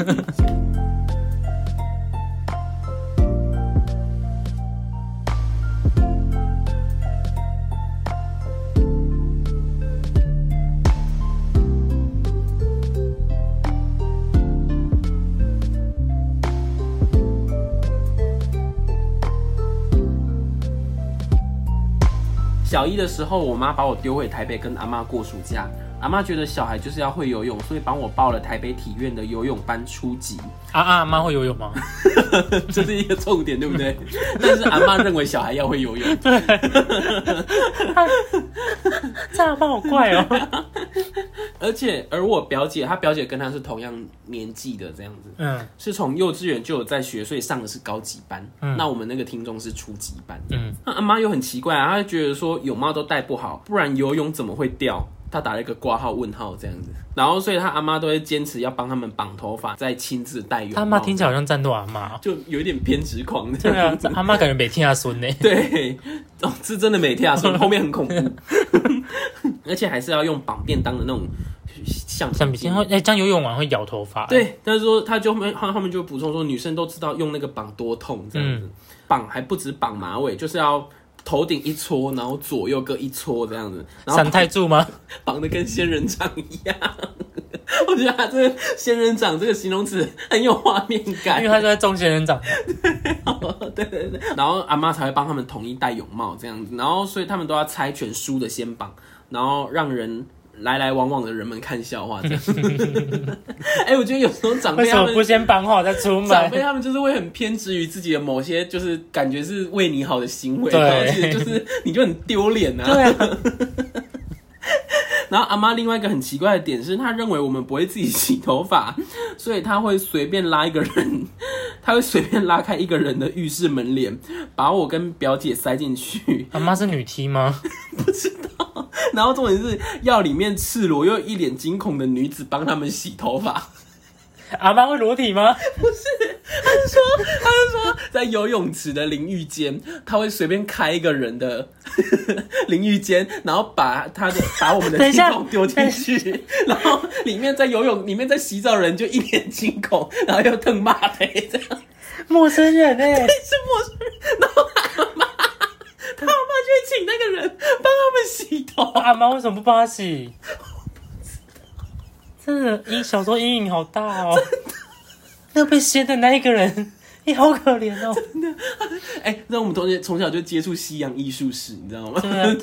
[SPEAKER 2] 小一的时候，我妈把我丢回台北跟阿妈过暑假。阿妈觉得小孩就是要会游泳，所以帮我报了台北体院的游泳班初级，
[SPEAKER 1] 啊啊，妈会游泳吗？
[SPEAKER 2] 这是一个重点，对不对？ *laughs* 但是阿妈认为小孩要会游泳，*laughs*
[SPEAKER 1] *laughs* 这样妈好怪哦、
[SPEAKER 2] 而且而我表姐，她表姐跟她是同样年纪的，这样子
[SPEAKER 1] *laughs* 嗯
[SPEAKER 2] 是从幼稚园就有在学，所以上的是高级班。
[SPEAKER 1] 嗯
[SPEAKER 2] 那我们那个听众是初级班。
[SPEAKER 1] 嗯，
[SPEAKER 2] 那阿妈又很奇怪啊，她就觉得说泳帽都戴不好，不然游泳怎么会掉？她打了一个挂号问号这样子，然后所以她阿妈都会坚持要帮他们绑头发，再亲自戴泳帽。
[SPEAKER 1] 他妈听起来好像战斗阿哦妈、
[SPEAKER 2] 就有一点偏执狂这
[SPEAKER 1] 对
[SPEAKER 2] 样
[SPEAKER 1] *laughs* 啊，
[SPEAKER 2] 子
[SPEAKER 1] 这。阿妈感觉没听他孙呢。
[SPEAKER 2] *laughs* 对，哦，是真的每天啊，所以后面很
[SPEAKER 1] *laughs*
[SPEAKER 2] 恐怖，而且还是要用绑便当的那种橡
[SPEAKER 1] 橡
[SPEAKER 2] 皮
[SPEAKER 1] 皮筋
[SPEAKER 2] 筋。
[SPEAKER 1] 会，哎、这样游泳完会咬头发、
[SPEAKER 2] 对，他说他就后面他他们就补充说，女生都知道用那个绑多痛这样子，
[SPEAKER 1] 嗯
[SPEAKER 2] 绑还不止绑马尾，就是要头顶一搓，然后左右各一搓这样子，然后
[SPEAKER 1] 闪太柱吗？
[SPEAKER 2] 绑的跟仙人掌一样。我觉得他这个仙人掌这个形容词很有画面
[SPEAKER 1] 因
[SPEAKER 2] 感
[SPEAKER 1] 为，他就在中仙人掌。
[SPEAKER 2] *laughs* 对对对，然后阿妈才会帮他们统一戴泳帽这样子，然后所以他们都要猜拳输的先绑，然后让人来来往往的人们看笑话这
[SPEAKER 1] *laughs*
[SPEAKER 2] 样。哎、我觉得有时候长
[SPEAKER 1] 为
[SPEAKER 2] 辈
[SPEAKER 1] 什
[SPEAKER 2] 他
[SPEAKER 1] 么不
[SPEAKER 2] 们。
[SPEAKER 1] 先绑好再出
[SPEAKER 2] 长辈
[SPEAKER 1] 门？
[SPEAKER 2] 他们就是会很偏执于自己的某些，就是感觉是为你好的行为，
[SPEAKER 1] 对
[SPEAKER 2] 然后其实就是你就很丢脸啊。
[SPEAKER 1] 对啊，
[SPEAKER 2] *laughs* 然后阿妈另外一个很奇怪的点是，她认为我们不会自己洗头发，所以她会随便拉一个人， *laughs* 她会随便拉开一个人的浴室门帘，把我跟表姐塞进去。 *laughs*
[SPEAKER 1] 阿妈是女 T 吗？
[SPEAKER 2] 然后重点是要里面赤裸又一脸惊恐的女子帮他们洗头发。
[SPEAKER 1] 阿妈会裸体 *laughs* 吗？
[SPEAKER 2] *laughs* 她就说，在游泳池的淋浴间，她会随便开一个人的 *laughs* 淋浴间，然后把她的把我们的
[SPEAKER 1] *laughs* 等一
[SPEAKER 2] 听
[SPEAKER 1] 下
[SPEAKER 2] 众丢进去，然后里面在游泳，里面在洗澡的人就一脸惊恐，然后又瞪骂的这样。
[SPEAKER 1] 陌生人哎、
[SPEAKER 2] 是陌生人，然后他妈，他妈就会请那个人帮他们洗头。
[SPEAKER 1] 阿妈为什么不帮他洗？真的，阴小时候阴影好大哦。那被掀的那一个人你好可怜哦。
[SPEAKER 2] 哎、那我们同学从小就接触西洋艺术史，你知道吗？
[SPEAKER 1] 对啊，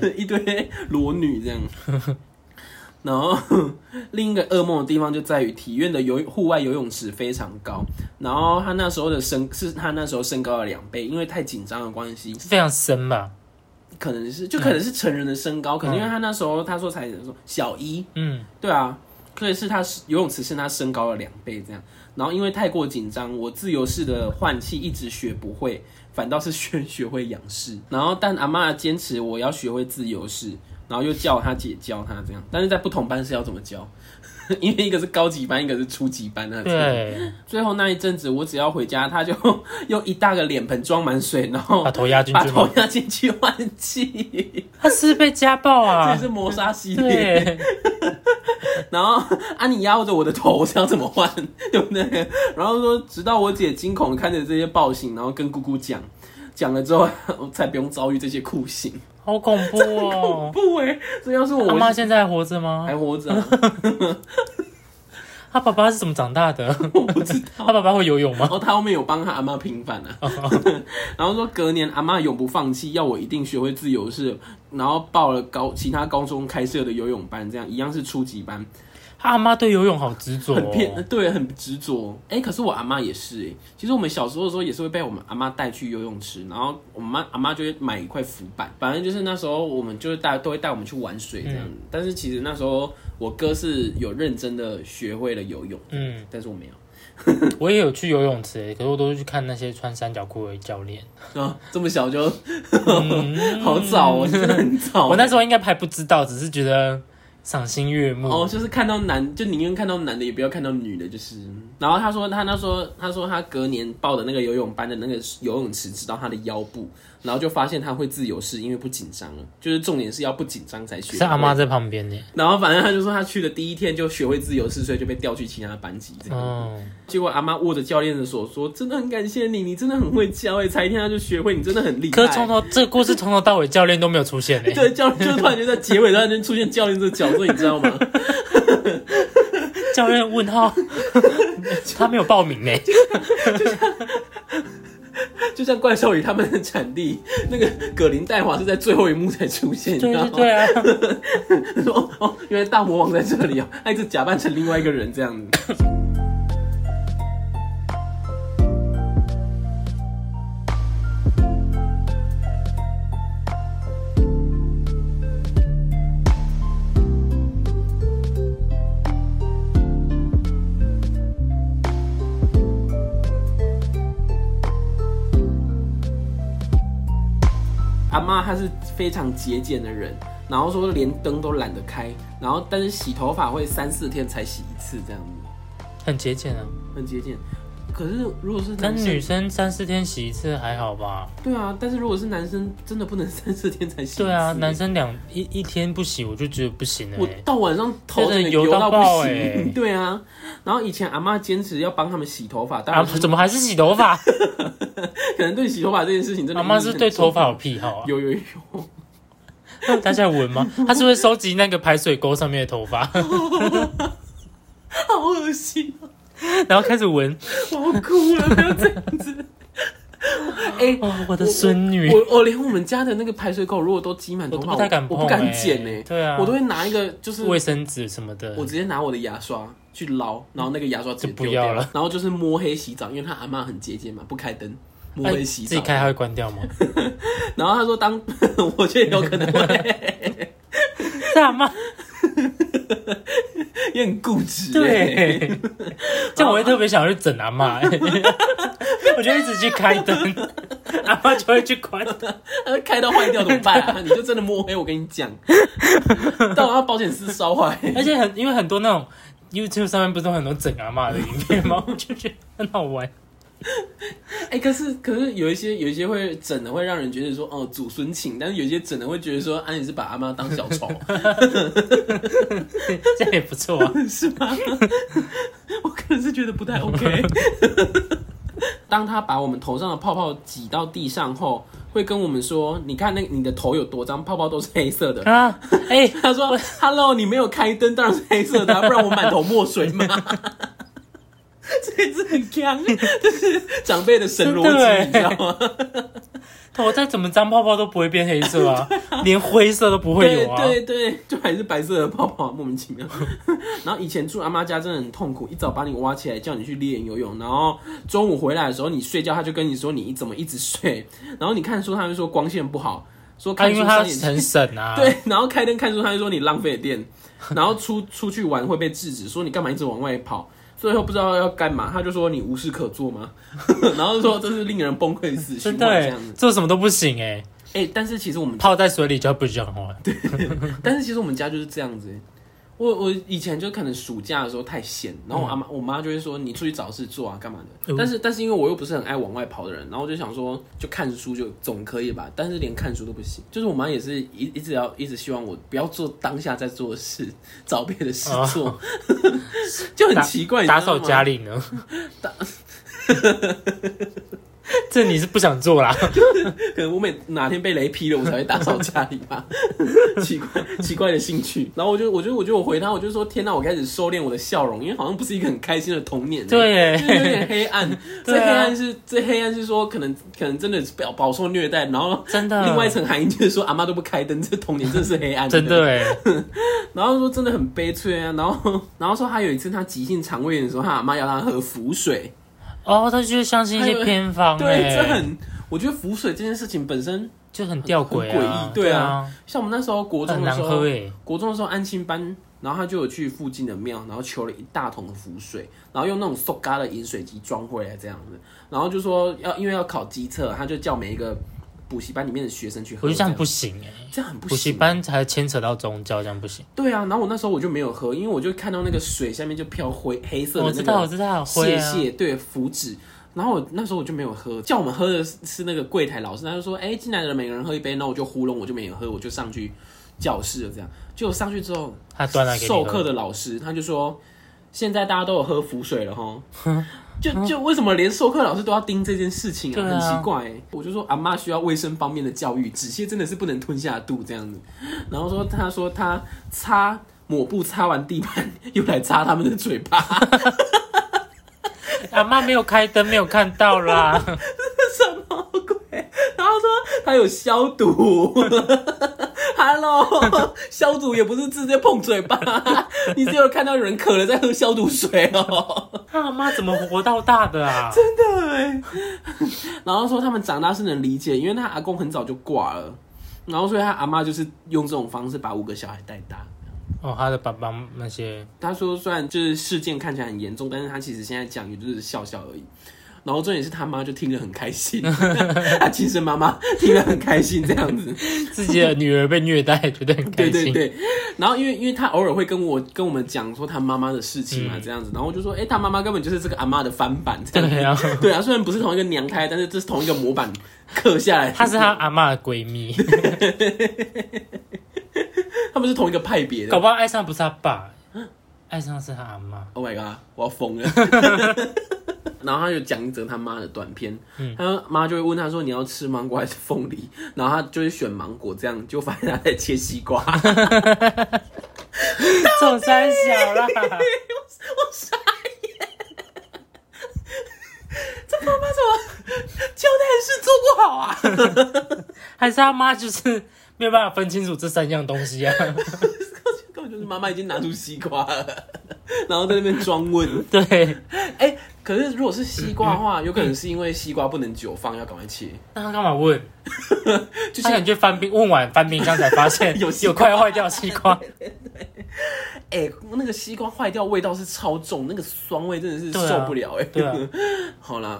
[SPEAKER 1] 对，
[SPEAKER 2] *laughs* 一堆裸女这样。然后另一个噩梦的地方就在于体院的游户外游泳池非常高，然后他那时候的身是他那时候身高的两倍，因为太紧张的关系，
[SPEAKER 1] 是非常深吧？
[SPEAKER 2] 可能是就可能是成人的身高，可能因为他那时候他说才说小一，
[SPEAKER 1] 嗯，
[SPEAKER 2] 对啊，所以是他游泳池是他身高的两倍这样。然后因为太过紧张，我自由式的换气一直学不会，反倒是学 *laughs* 学会仰式。然后但阿妈坚持我要学会自由式，然后又叫他姐教他这样。但是在不同班是要怎么教？ *laughs* 因为一个是高级班，一个是初级班那种。
[SPEAKER 1] 对，
[SPEAKER 2] 最后那一阵子，我只要回家，他就 *laughs* 用一大个脸盆装满水，然后
[SPEAKER 1] 把头压进
[SPEAKER 2] 把
[SPEAKER 1] 去
[SPEAKER 2] 头
[SPEAKER 1] 吗？
[SPEAKER 2] 压进去换气，
[SPEAKER 1] 他是不是被家暴
[SPEAKER 2] 这
[SPEAKER 1] 啊
[SPEAKER 2] 也？是磨砂系列。
[SPEAKER 1] 对，
[SPEAKER 2] 然后啊，你压着我的头，我想怎么换， *laughs* 对不对？然后说，直到我姐惊恐地看着这些暴行，然后跟姑姑讲，讲了之后，我才不用遭遇这些酷刑。
[SPEAKER 1] 好恐怖哦！
[SPEAKER 2] 不哎、这要是我，
[SPEAKER 1] 阿
[SPEAKER 2] 我 *laughs*
[SPEAKER 1] 妈现在还活着吗？
[SPEAKER 2] 还活着啊、
[SPEAKER 1] 他爸爸是怎么长大的？
[SPEAKER 2] 我不知
[SPEAKER 1] 他
[SPEAKER 2] 道。
[SPEAKER 1] 爸爸会游泳
[SPEAKER 2] 然
[SPEAKER 1] 吗？
[SPEAKER 2] 后他后面有帮他阿妈平反啊， *laughs* 然后说隔年阿妈永不放弃，要我一定学会自由式，然后报了高其他高中开设的游泳班，这样一样是初级班，
[SPEAKER 1] 他阿妈对游泳好执着
[SPEAKER 2] 很偏
[SPEAKER 1] 哦。
[SPEAKER 2] 对，很执着。哎、可是我阿妈也是哎、其实我们小时候的时候也是会被我们阿妈带去游泳池，然后我妈阿妈就会买一块浮板，反正就是那时候我们就是带都会带我们去玩水这样。
[SPEAKER 1] 嗯
[SPEAKER 2] 但是其实那时候我哥是有认真的学会了游泳，
[SPEAKER 1] 嗯，
[SPEAKER 2] 但是我没有。 *laughs*
[SPEAKER 1] 我也有去游泳池，欸可是我都是去看那些穿三角裤的教练。
[SPEAKER 2] 啊，这么小就 *laughs*
[SPEAKER 1] 嗯
[SPEAKER 2] 好早哦，真的很早。
[SPEAKER 1] 我那时候应该还不知道，只是觉得赏心悦目。
[SPEAKER 2] 哦，就是看到男，就宁愿看到男的，也不要看到女的，就是。然后他说，他那时候他说他隔年报的那个游泳班的那个游泳池，直到他的腰部，然后就发现他会自由式，因为不紧张了。就是重点是要不紧张才学。
[SPEAKER 1] 是阿妈。在旁边呢。
[SPEAKER 2] 然后反正他就说他去的第一天就学会自由式，所以就被调去其他班级这样。
[SPEAKER 1] 哦，
[SPEAKER 2] *laughs* 结果阿妈握着教练的手说：“真的很感谢你，你真的很会教诶、才一天他就学会，你真的很厉害。”
[SPEAKER 1] 可是从头这个故事从头到尾教练都没有出现
[SPEAKER 2] *laughs*
[SPEAKER 1] 呢。
[SPEAKER 2] 对，教就突然间在结尾突然间出现教练这个角色，你知道吗？
[SPEAKER 1] 教练问
[SPEAKER 2] *laughs*
[SPEAKER 1] 号，他没有报名呢。
[SPEAKER 2] 就像怪兽与他们的产地，那个葛林戴华是在最后一幕才出现，你知
[SPEAKER 1] 对
[SPEAKER 2] 道
[SPEAKER 1] 对
[SPEAKER 2] 吗？
[SPEAKER 1] 对啊，
[SPEAKER 2] 说 *laughs* 哦哦，原来大魔王在这里哦，他一直假扮成另外一个人这样子。阿妈她是非常节俭的人，然后说连灯都懒得开，然后但是洗头发会三四天才洗一次这样子，
[SPEAKER 1] 很节俭啊。
[SPEAKER 2] 很节俭。可是如果是
[SPEAKER 1] 但
[SPEAKER 2] 男
[SPEAKER 1] 女
[SPEAKER 2] 生，
[SPEAKER 1] 生三四天洗一次还好吧？
[SPEAKER 2] 对啊，但是如果是男生，真的不能 *laughs* 三四天才洗一次。
[SPEAKER 1] 对啊，男生两一一天不洗我就觉得不行了
[SPEAKER 2] 我
[SPEAKER 1] 欸。
[SPEAKER 2] 到晚上头整个
[SPEAKER 1] 真的油
[SPEAKER 2] 油到
[SPEAKER 1] 到
[SPEAKER 2] 不
[SPEAKER 1] 爆
[SPEAKER 2] 行
[SPEAKER 1] 欸，
[SPEAKER 2] *laughs* 对啊。然后以前阿妈坚持要帮他们洗头发，当
[SPEAKER 1] 啊，
[SPEAKER 2] 然是
[SPEAKER 1] 怎么还是洗头
[SPEAKER 2] *laughs*
[SPEAKER 1] 发？
[SPEAKER 2] 可能对洗头发这件事情真的
[SPEAKER 1] 阿妈
[SPEAKER 2] 阴
[SPEAKER 1] 是
[SPEAKER 2] 影
[SPEAKER 1] 对
[SPEAKER 2] 很重
[SPEAKER 1] 头发有癖
[SPEAKER 2] *laughs*
[SPEAKER 1] 好啊？
[SPEAKER 2] 有有有，
[SPEAKER 1] 大家有闻吗？她是会收集那个排水沟上面的头发， *laughs*
[SPEAKER 2] 好恶心，
[SPEAKER 1] 然后开始闻。
[SPEAKER 2] 我要哭了，不要这样
[SPEAKER 1] *laughs*
[SPEAKER 2] 子。哎、
[SPEAKER 1] 哦，我的孙女，
[SPEAKER 2] 我我连我们家的那个排水口如果都积满头
[SPEAKER 1] 我都
[SPEAKER 2] 发，
[SPEAKER 1] 不太敢
[SPEAKER 2] 我
[SPEAKER 1] 碰、
[SPEAKER 2] 不敢剪呢、
[SPEAKER 1] 欸。对啊，
[SPEAKER 2] 我都会拿一个就是
[SPEAKER 1] 卫生纸什么的
[SPEAKER 2] 我。直接拿我的牙刷去捞，然后那个牙刷直接
[SPEAKER 1] 就不
[SPEAKER 2] 丢掉
[SPEAKER 1] 要了，
[SPEAKER 2] 然后就是摸黑洗澡，因为他阿妈很节俭嘛，不开灯，摸
[SPEAKER 1] 哎
[SPEAKER 2] 黑洗
[SPEAKER 1] 自
[SPEAKER 2] 澡。
[SPEAKER 1] 己开它会关掉
[SPEAKER 2] *laughs*
[SPEAKER 1] 吗？
[SPEAKER 2] 然后他说当， *laughs* 我觉得有可能会，
[SPEAKER 1] 大
[SPEAKER 2] 啊
[SPEAKER 1] 妈，
[SPEAKER 2] 也很固执、欸。
[SPEAKER 1] *laughs* 对， *laughs* 这样我会特别想要去整阿妈、
[SPEAKER 2] *laughs*
[SPEAKER 1] 欸我就一直去开灯，阿妈就会去关。
[SPEAKER 2] 他开到坏掉怎么办啊？ *laughs* 你就真的摸黑，我跟你讲，到晚要保险丝烧坏。 *laughs*
[SPEAKER 1] 而且很因为很多那种 YouTube 上面不是有很多整阿妈的影片吗？ *laughs* 我就觉得很好玩。
[SPEAKER 2] 哎、可是可是有一些有一些会整的会让人觉得说哦祖孙情，但是有一些整的会觉得说啊你是把阿妈当小丑
[SPEAKER 1] 这样也不错啊。
[SPEAKER 2] *laughs* 是吗？我可能是觉得不太 OK。当他把我们头上的泡泡挤到地上后，会跟我们说：“你看那你的头有多脏，泡泡都是黑色
[SPEAKER 1] *laughs*
[SPEAKER 2] 的。”
[SPEAKER 1] 啊，哎、
[SPEAKER 2] 他说：“Hello，你没有开灯，当然是黑色的啊、不然我满头墨水嘛。”这个字很强，就是长辈的神逻辑，你知道吗？
[SPEAKER 1] 头再怎么脏泡泡都不会变黑色啊，连灰色都不会有啊。
[SPEAKER 2] 对对对，就还是白色的泡泡，莫名其妙。 *laughs* 然后以前住阿妈家真的很痛苦，一早把你挖起来叫你去练游泳，然后中午回来的时候你睡觉，他就跟你说你怎么一直睡，然后你看书他就说光线不好，说
[SPEAKER 1] 他
[SPEAKER 2] 看
[SPEAKER 1] 啊因
[SPEAKER 2] 书
[SPEAKER 1] 为他
[SPEAKER 2] 伤眼睛。
[SPEAKER 1] 很省啊，
[SPEAKER 2] *laughs* 对，然后开灯看书，他就说你浪费了电，然后出出去玩会被制止，说你干嘛一直往外跑，最后不知道要干嘛，他就说你无事可做吗？ *laughs* 然后说这是令人崩溃的死
[SPEAKER 1] 真
[SPEAKER 2] 循
[SPEAKER 1] 的
[SPEAKER 2] 环这
[SPEAKER 1] 欸
[SPEAKER 2] 样子。
[SPEAKER 1] 做什么都不行哎、
[SPEAKER 2] 哎、但是其实我们，
[SPEAKER 1] 泡在水里就不哦讲话。
[SPEAKER 2] 但是其实我们家就是这样子欸、我我以前就可能暑假的时候太闲，然后我阿妈我妈就会说你出去找事做啊，干嘛的？
[SPEAKER 1] 嗯
[SPEAKER 2] 但是但是因为我又不是很爱往外跑的人，然后我就想说就看书就总可以吧，但是连看书都不行。就是我妈也是一一直要一直希望我不要做当下在做的事， *laughs* 找别的事做，
[SPEAKER 1] *laughs*
[SPEAKER 2] 就很奇怪。
[SPEAKER 1] 哦打扫家
[SPEAKER 2] 里，
[SPEAKER 1] 里呢？ *laughs* 这你是不想
[SPEAKER 2] *laughs*
[SPEAKER 1] 做啦？
[SPEAKER 2] 可能我每哪天被雷劈了，我才会打扫家里
[SPEAKER 1] *laughs*
[SPEAKER 2] 吧。奇怪奇怪的兴趣。然后我就我就我就我回她，我就说天哪，我开始收敛我的笑容，因为好像不是一个很开心的童年欸。
[SPEAKER 1] 对
[SPEAKER 2] 就是有点
[SPEAKER 1] 欸，
[SPEAKER 2] 黑
[SPEAKER 1] *laughs*
[SPEAKER 2] 暗。这
[SPEAKER 1] 对
[SPEAKER 2] 黑
[SPEAKER 1] 啊
[SPEAKER 2] 暗是这黑暗是说，可能可能真的是饱饱受虐待，然后
[SPEAKER 1] 真的，
[SPEAKER 2] 另外一层含义就是说，阿妈都不开灯，这童年真的是黑暗。
[SPEAKER 1] 嗯 *laughs* 真的哎、
[SPEAKER 2] 然后说真的很悲催啊，然后然后说他有一次他急性肠胃炎的时候，他阿妈要他喝符水，
[SPEAKER 1] 哦，他就是相信一些偏方哎、
[SPEAKER 2] 对，这很。我觉得符水这件事情本身，
[SPEAKER 1] 就很吊诡
[SPEAKER 2] 很
[SPEAKER 1] 啊
[SPEAKER 2] 诡，异对
[SPEAKER 1] 对
[SPEAKER 2] 啊，像我们那时候国中
[SPEAKER 1] 很
[SPEAKER 2] 的
[SPEAKER 1] 难
[SPEAKER 2] 时
[SPEAKER 1] 喝
[SPEAKER 2] 候，
[SPEAKER 1] 哎、
[SPEAKER 2] 国中的时候安亲班，然后他就有去附近的庙，然后求了一大桶的符水，然后用那种塑嘎的饮水机装回来这样子，然后就说要因为要考机测，他就叫每一个补习班里面的学生去喝，
[SPEAKER 1] 我觉得这样
[SPEAKER 2] 样
[SPEAKER 1] 不行哎、
[SPEAKER 2] 这样很不
[SPEAKER 1] 补习
[SPEAKER 2] 行。
[SPEAKER 1] 班才牵扯到宗教，这样不行。
[SPEAKER 2] 对啊，然后我那时候我就没有喝，因为我就看到那个水下面就飘灰黑色
[SPEAKER 1] 我
[SPEAKER 2] 的
[SPEAKER 1] 知
[SPEAKER 2] 那
[SPEAKER 1] 道，我
[SPEAKER 2] 个
[SPEAKER 1] 知道，会
[SPEAKER 2] 蟹
[SPEAKER 1] 啊，
[SPEAKER 2] 蟹、对符纸。然后我那时候我就没有喝，叫我们喝的是是那个柜台老师，他就说：“哎，进来的人每个人喝一杯。”那我就糊弄，我就没有喝，我就上去教室了。这样，结果上去之后，
[SPEAKER 1] 他端来给你
[SPEAKER 2] 授
[SPEAKER 1] 喝
[SPEAKER 2] 课的老师，他就说，现在大家都有喝符水了
[SPEAKER 1] *laughs*
[SPEAKER 2] 哈，就就为什么连授课老师都要盯这件事情
[SPEAKER 1] 对
[SPEAKER 2] 啊？
[SPEAKER 1] 啊
[SPEAKER 2] 很奇怪、欸。我就说阿妈需要卫生方面的教育，纸屑真的是不能吞下肚这样子。然后说他说他擦抹布擦完地板，又来擦他们的嘴巴， *laughs*
[SPEAKER 1] 阿妈没有开灯，没有看
[SPEAKER 2] *laughs*
[SPEAKER 1] 到啦。
[SPEAKER 2] 什么鬼？然后说他有消毒。Hello，消毒也不是直接碰嘴巴，你只有看到有人渴了在喝消毒水哦、
[SPEAKER 1] 他阿妈怎么活到大的啊？
[SPEAKER 2] *laughs* 然后说他们长大是能理解，因为他阿公很早就挂了，然后所以他阿妈就是用这种方式把五个小孩带大。
[SPEAKER 1] *laughs* 哦，他的爸爸那些
[SPEAKER 2] 他说虽然就是事件看起来很严重，但是他其实现在讲也就是笑笑而已。然后重点是他妈就听了很开心，
[SPEAKER 1] *laughs*
[SPEAKER 2] 他亲生妈妈听了很开心这样子。
[SPEAKER 1] 自己的女儿被虐待，觉得很开
[SPEAKER 2] 对
[SPEAKER 1] 心。
[SPEAKER 2] *laughs* 对对，然后因为因为他偶尔会跟我跟我们讲说他妈妈的事情
[SPEAKER 1] 嗯
[SPEAKER 2] 嘛，这样子，然后我就说，哎、他妈妈根本就是这个阿妈的翻版，这样子
[SPEAKER 1] 对啊，
[SPEAKER 2] 对啊，虽然不是同一个娘胎，但是这是同一个模板刻下来的。
[SPEAKER 1] 她是她阿妈的
[SPEAKER 2] *laughs*
[SPEAKER 1] 闺蜜，
[SPEAKER 2] 他们是同一个派别的
[SPEAKER 1] 搞。不好爱上不是她爸，爱上是她阿妈。
[SPEAKER 2] Oh my god！我要疯
[SPEAKER 1] *laughs*
[SPEAKER 2] 了。然后他就讲一则他妈的短片，
[SPEAKER 1] 嗯
[SPEAKER 2] 他妈就会问他说：“你要吃芒果还是凤梨？”然后他就会选芒果，这样就发现他在切西
[SPEAKER 1] *laughs*
[SPEAKER 2] 瓜。
[SPEAKER 1] 臭三
[SPEAKER 2] *laughs*
[SPEAKER 1] 小啦，
[SPEAKER 2] 我傻眼，这妈妈怎么交代的事做不好啊？ *laughs*
[SPEAKER 1] 还是她妈就是没有办法分清楚这三样东西啊？ *laughs*
[SPEAKER 2] 根本就是妈妈已经拿出西瓜了， *laughs* 然后在那边装问。
[SPEAKER 1] *laughs* 对，
[SPEAKER 2] 哎、可是如果是西瓜的话，有可能是因为西瓜不能久放，要赶快切。
[SPEAKER 1] 那她干嘛
[SPEAKER 2] *laughs*
[SPEAKER 1] 问？
[SPEAKER 2] 就
[SPEAKER 1] 她
[SPEAKER 2] 像
[SPEAKER 1] 想去翻冰，问完翻冰箱才发
[SPEAKER 2] *laughs*
[SPEAKER 1] 现
[SPEAKER 2] 有西瓜
[SPEAKER 1] 有快坏掉的
[SPEAKER 2] *laughs*
[SPEAKER 1] 西瓜。
[SPEAKER 2] 哎、那个西瓜坏掉，味道是超重，那个酸味真的是
[SPEAKER 1] 对啊
[SPEAKER 2] 受不了哎、
[SPEAKER 1] 对啊，
[SPEAKER 2] *laughs* 好啦，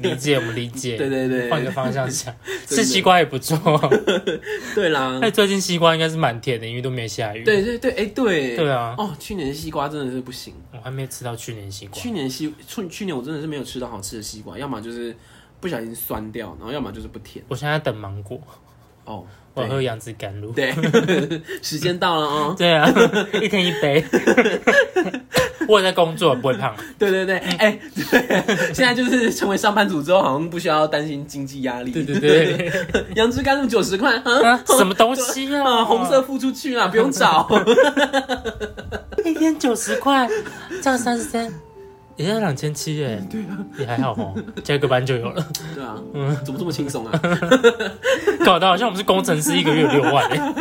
[SPEAKER 1] 理解我们理解。
[SPEAKER 2] 对对对
[SPEAKER 1] 换个方
[SPEAKER 2] *laughs*
[SPEAKER 1] 向想，
[SPEAKER 2] 的
[SPEAKER 1] 吃西瓜也不错。 *laughs* 哎
[SPEAKER 2] 对啦，
[SPEAKER 1] 那最近西瓜应该是蛮甜的，因为都没下雨。，
[SPEAKER 2] 对对对，哎、对，
[SPEAKER 1] 对啊
[SPEAKER 2] 哦，去年的西瓜真的是不行，
[SPEAKER 1] 我还没有吃到去年西瓜。
[SPEAKER 2] 去年西去去年我真的是没有吃到好吃的西瓜，要么就是不小心酸掉，然后要么就是不甜
[SPEAKER 1] 我现在在等芒果，
[SPEAKER 2] 哦。
[SPEAKER 1] 我
[SPEAKER 2] 对
[SPEAKER 1] 喝杨枝甘露。
[SPEAKER 2] 对， *laughs* 时间到了哦。
[SPEAKER 1] *laughs* 对啊， *laughs* 一天一杯。 *laughs* 我有在工作，不会胖。
[SPEAKER 2] 对对
[SPEAKER 1] 嗯
[SPEAKER 2] 对，哎、对，现在就是成为上班族之后，好像不需要担心经济压力。
[SPEAKER 1] 对
[SPEAKER 2] *laughs*
[SPEAKER 1] 对对，
[SPEAKER 2] 杨枝甘露九十块，啊
[SPEAKER 1] *laughs* 啊，什么东西啊？
[SPEAKER 2] 啊， *laughs* 红色付出去啊啦，不用找。
[SPEAKER 1] 一天九十块，这样三十三，也要两千七耶， *laughs* 对啊，也还好哦，加一个班就有了， *laughs*
[SPEAKER 2] 对啊，
[SPEAKER 1] 嗯
[SPEAKER 2] 怎么这么轻松啊？
[SPEAKER 1] 搞得好像我们是工程师，一个月有六万耶。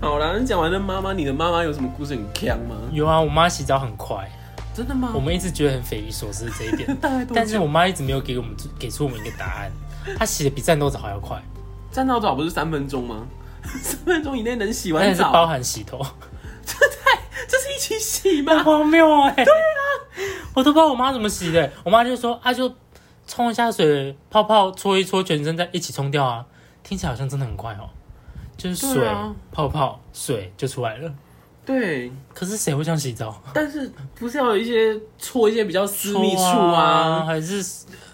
[SPEAKER 2] 好啦，那讲完了妈妈，你的妈妈有什么故事很强吗？
[SPEAKER 1] 有啊，我妈洗澡很快，
[SPEAKER 2] 真的吗？
[SPEAKER 1] 我们一直觉得很匪夷所思这
[SPEAKER 2] *laughs*，
[SPEAKER 1] 一点
[SPEAKER 2] 大概多
[SPEAKER 1] 但是我妈一直没有给我们给出我们一个答案。她洗的比战斗澡还要快，
[SPEAKER 2] 站到澡不是三分钟吗？ *laughs* 三分钟以内能洗
[SPEAKER 1] 但
[SPEAKER 2] 完
[SPEAKER 1] 是包
[SPEAKER 2] 澡，
[SPEAKER 1] 含洗头，
[SPEAKER 2] 这是一起洗
[SPEAKER 1] 很
[SPEAKER 2] 吗？
[SPEAKER 1] *laughs* 荒谬哎、对啊，我都不知道我妈怎么洗的，我妈就说啊就冲一下水，泡泡搓一搓，全身再一起冲掉啊。听起来好像真的很快哦，就是水、
[SPEAKER 2] 对啊
[SPEAKER 1] 泡泡水就出来了。
[SPEAKER 2] 对，
[SPEAKER 1] 可是谁会这样洗澡？
[SPEAKER 2] 但是不是要有一些搓一些比较私密处
[SPEAKER 1] 搓
[SPEAKER 2] 啊？
[SPEAKER 1] 还是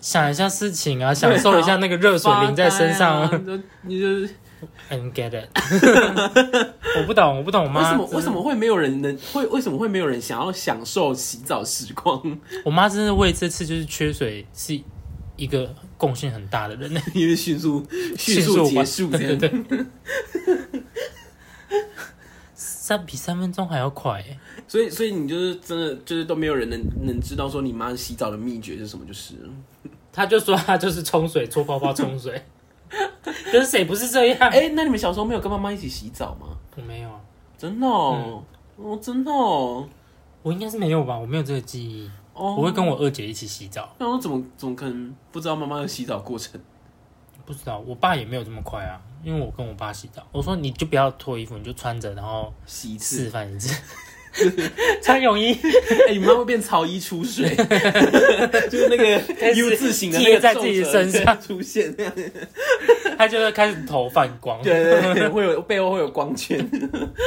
[SPEAKER 1] 想一下事情啊，享受一下那个热水淋在身上。
[SPEAKER 2] 发呆啊，就你就
[SPEAKER 1] And get it？我 *laughs* 不懂，我不懂，我
[SPEAKER 2] 为
[SPEAKER 1] 妈
[SPEAKER 2] 什么为什么会没有人能会为什么会没有人想要享受洗澡时光？ *laughs*
[SPEAKER 1] 我妈真的为这次就是缺水是一个贡献很大的人欸呢，
[SPEAKER 2] 因为迅速迅速结
[SPEAKER 1] 完
[SPEAKER 2] 束这
[SPEAKER 1] 对对
[SPEAKER 2] 样。
[SPEAKER 1] 对。 *laughs* 三比三分钟还要快耶，
[SPEAKER 2] 所以，所以你就是真的就是都没有人能能知道说你妈洗澡的秘诀是什么，就是了
[SPEAKER 1] 她就说她就是冲水搓泡泡冲 *laughs* 水，可是谁不是这样？
[SPEAKER 2] 哎、那你们小时候没有跟妈妈一起洗澡吗？
[SPEAKER 1] 我没有啊，
[SPEAKER 2] 真的哦，哦，真的哦，
[SPEAKER 1] 我应该是没有吧，我没有这个记忆。
[SPEAKER 2] 哦，
[SPEAKER 1] 我会跟我二姐一起洗澡，
[SPEAKER 2] 那我怎么怎么可能不知道妈妈的洗澡过程？
[SPEAKER 1] 不知道我爸也没有这么快啊，因为我跟我爸洗澡，我说你就不要脱衣服，你就穿着，然后
[SPEAKER 2] 洗一次，
[SPEAKER 1] 示范一 *laughs* 次，穿泳衣
[SPEAKER 2] 哎、你妈会变潮衣出
[SPEAKER 1] *laughs*
[SPEAKER 2] 水，就是那个
[SPEAKER 1] 开始
[SPEAKER 2] U 字形的那
[SPEAKER 1] 哎贴
[SPEAKER 2] 个
[SPEAKER 1] 在自己
[SPEAKER 2] 皱褶
[SPEAKER 1] 身上
[SPEAKER 2] 出现，那样
[SPEAKER 1] *laughs* 他就会开始头泛光。
[SPEAKER 2] 对对对，会有背后会有光圈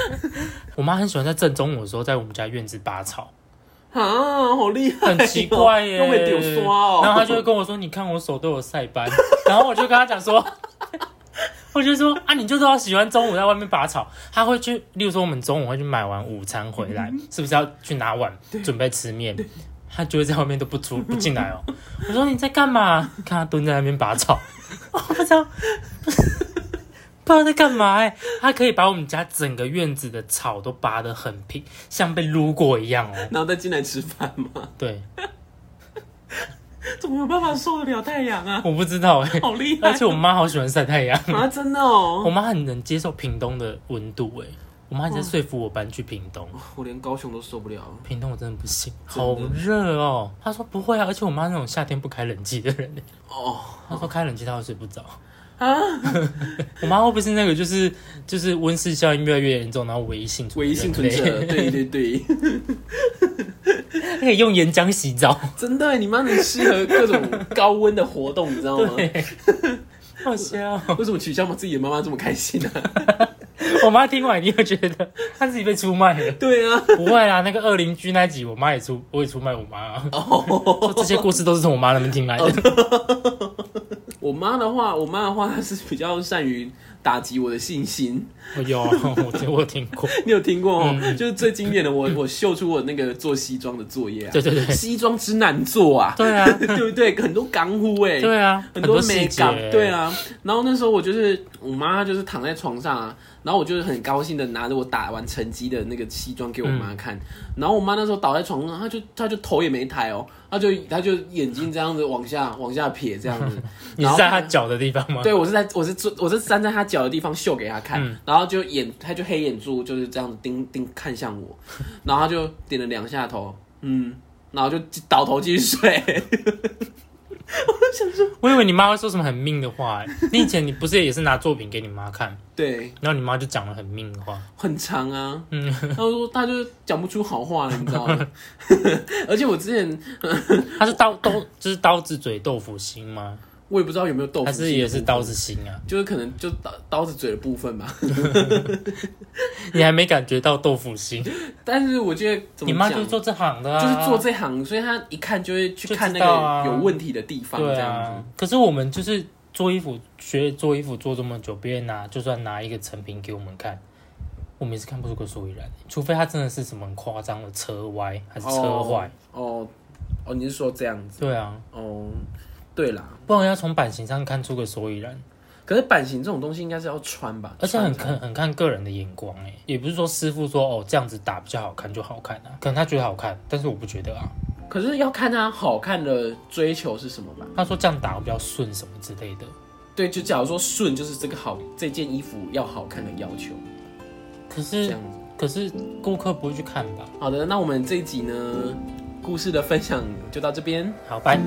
[SPEAKER 1] *laughs* 我妈很喜欢在正中午的时候在我们家院子拔草，
[SPEAKER 2] *laughs* 啊，好厉害哦、
[SPEAKER 1] 很奇怪耶，
[SPEAKER 2] 都会丢刷哦，
[SPEAKER 1] 然后她就会跟我说：“你看我手都有晒斑。” *laughs* 然后我就跟她讲说。 *laughs* 我就说啊，你就知道喜欢中午在外面拔草，她会去，例如说我们中午会去买完午餐回来，
[SPEAKER 2] 嗯
[SPEAKER 1] 是不是要去拿碗准备吃面？她就会在外面都
[SPEAKER 2] *laughs*
[SPEAKER 1] 不出不进来哦。我说你在干嘛？看她蹲在那边拔草， *laughs* 我不知道，不知道在干嘛哎、她可以把我们家整个院子的草都拔得很平，像被撸过一样哦。
[SPEAKER 2] *laughs* 然后再进来吃饭嘛，
[SPEAKER 1] 对，
[SPEAKER 2] 怎么有办法受得了太阳啊？
[SPEAKER 1] 我不知道哎、
[SPEAKER 2] 好厉害
[SPEAKER 1] *laughs* 而且我妈好喜欢晒太阳， *laughs*
[SPEAKER 2] *laughs* 啊！真的
[SPEAKER 1] 我
[SPEAKER 2] 哦，
[SPEAKER 1] 妈很能接受屏东的温度哎、我妈一直在说服我搬去屏东，
[SPEAKER 2] 我连高雄都受不了。
[SPEAKER 1] 屏东我真的不行，
[SPEAKER 2] 真的
[SPEAKER 1] 好热哦。她说不会啊，而且我妈那种夏天不开冷气的人、欸，
[SPEAKER 2] 哦
[SPEAKER 1] 她说开冷气她会睡不着。
[SPEAKER 2] 啊，
[SPEAKER 1] 我妈会不会是那个就是就是温室效应越来越严重，然后唯一幸存
[SPEAKER 2] 唯一幸存
[SPEAKER 1] 人 *laughs*
[SPEAKER 2] 者，对对对，
[SPEAKER 1] 类，可以用岩浆洗澡，
[SPEAKER 2] *laughs* 真的，你妈很适合各种高温的活动，你知道吗？
[SPEAKER 1] 对， *laughs* 好笑哦。
[SPEAKER 2] *laughs* 为什么取消自己的妈妈这么开心呢、啊？
[SPEAKER 1] 我妈听完一定会觉得她自己被出
[SPEAKER 2] *laughs*
[SPEAKER 1] 卖了。
[SPEAKER 2] *laughs* 对啊，
[SPEAKER 1] 不会啦，那个二邻居那一集，我妈也出，我也出卖我妈、啊。
[SPEAKER 2] 哦，
[SPEAKER 1] 说这些故事都是从我妈那边听来的。
[SPEAKER 2] 我妈的话，我妈的话，她是比较善于打击我的信心。 *laughs*
[SPEAKER 1] 我哦有， *laughs* 我听我有听过。
[SPEAKER 2] 你有听过哦？就是最经典的我，我秀出我那个做西装的作业啊，
[SPEAKER 1] 对对对
[SPEAKER 2] 西装之难做啊，
[SPEAKER 1] *laughs* 对啊，
[SPEAKER 2] 对不对？很多港虎哎、
[SPEAKER 1] 对啊，
[SPEAKER 2] 很多
[SPEAKER 1] 细
[SPEAKER 2] 美
[SPEAKER 1] 节，
[SPEAKER 2] 感，，对，啊。然后那时候我就是我妈，就是躺在床上啊，然后我就是很高兴的拿着我打完成绩的那个西装给我妈看，然后我妈那时候倒在床上，她就她就头也没抬哦，她就她就眼睛这样子往下往下撇这样子
[SPEAKER 1] *laughs* 你
[SPEAKER 2] 然后
[SPEAKER 1] 是在
[SPEAKER 2] 她
[SPEAKER 1] 她脚的地方吗？
[SPEAKER 2] 对，我是在我是坐我是站在她脚的地方秀给她看，
[SPEAKER 1] 嗯
[SPEAKER 2] 然后就眼她就黑眼珠就是这样子盯盯看向我，然后她就点了两下头，嗯，然后就倒头继续睡。 *laughs*
[SPEAKER 1] 我以为你妈会说什么很命的话、欸。你以前你不是也是拿作品给你妈看，
[SPEAKER 2] 对，
[SPEAKER 1] 然后你妈就讲了很命的话。
[SPEAKER 2] 很长啊，嗯，他说他就讲不出好话了，你知道
[SPEAKER 1] *laughs*
[SPEAKER 2] 吗？而且我之前
[SPEAKER 1] 她是刀刀，就是刀子嘴豆腐心吗？
[SPEAKER 2] 我也不知道有没有豆腐
[SPEAKER 1] 还
[SPEAKER 2] 心，
[SPEAKER 1] 是也是刀，子心啊？
[SPEAKER 2] 就是可能就刀刀子嘴的部分吧。
[SPEAKER 1] 你还没感觉到豆腐心？
[SPEAKER 2] 但是我觉得怎
[SPEAKER 1] 你
[SPEAKER 2] 么
[SPEAKER 1] 妈
[SPEAKER 2] 讲，
[SPEAKER 1] 就
[SPEAKER 2] 就
[SPEAKER 1] 是做这行的啊，
[SPEAKER 2] 是做这行，所以他一看就会去看那
[SPEAKER 1] 就知道啊
[SPEAKER 2] 个有问题的地方，
[SPEAKER 1] 对啊
[SPEAKER 2] 这样子。
[SPEAKER 1] 啊。可是我们就是做衣服学做衣服做这么久，别人拿就算拿一个成品给我们看，我们也是看不出个所以然，除非他真的是什么很夸张的车歪还是车坏。
[SPEAKER 2] 哦哦，你是说这样子？
[SPEAKER 1] 对啊，
[SPEAKER 2] 哦，对啦，
[SPEAKER 1] 不然要从版型上看出个所以然，
[SPEAKER 2] 可是版型这种东西应该是要穿吧，
[SPEAKER 1] 而且很
[SPEAKER 2] 看
[SPEAKER 1] 看很看个人的眼光哎、也不是说师傅说哦这样子打比较好看就好看啊，可能他觉得好看，但是我不觉得啊。
[SPEAKER 2] 可是要看他好看的追求是什么吧。
[SPEAKER 1] 他说这样打比较顺什么之类的，
[SPEAKER 2] 对，就假如说顺就是这个好，这件衣服要好看的要求，
[SPEAKER 1] 可
[SPEAKER 2] 这
[SPEAKER 1] 是
[SPEAKER 2] 样子。
[SPEAKER 1] 可是顾客不会去看吧？
[SPEAKER 2] 好的，那我们这一集呢，故事的分享就到这边。
[SPEAKER 1] 好，拜。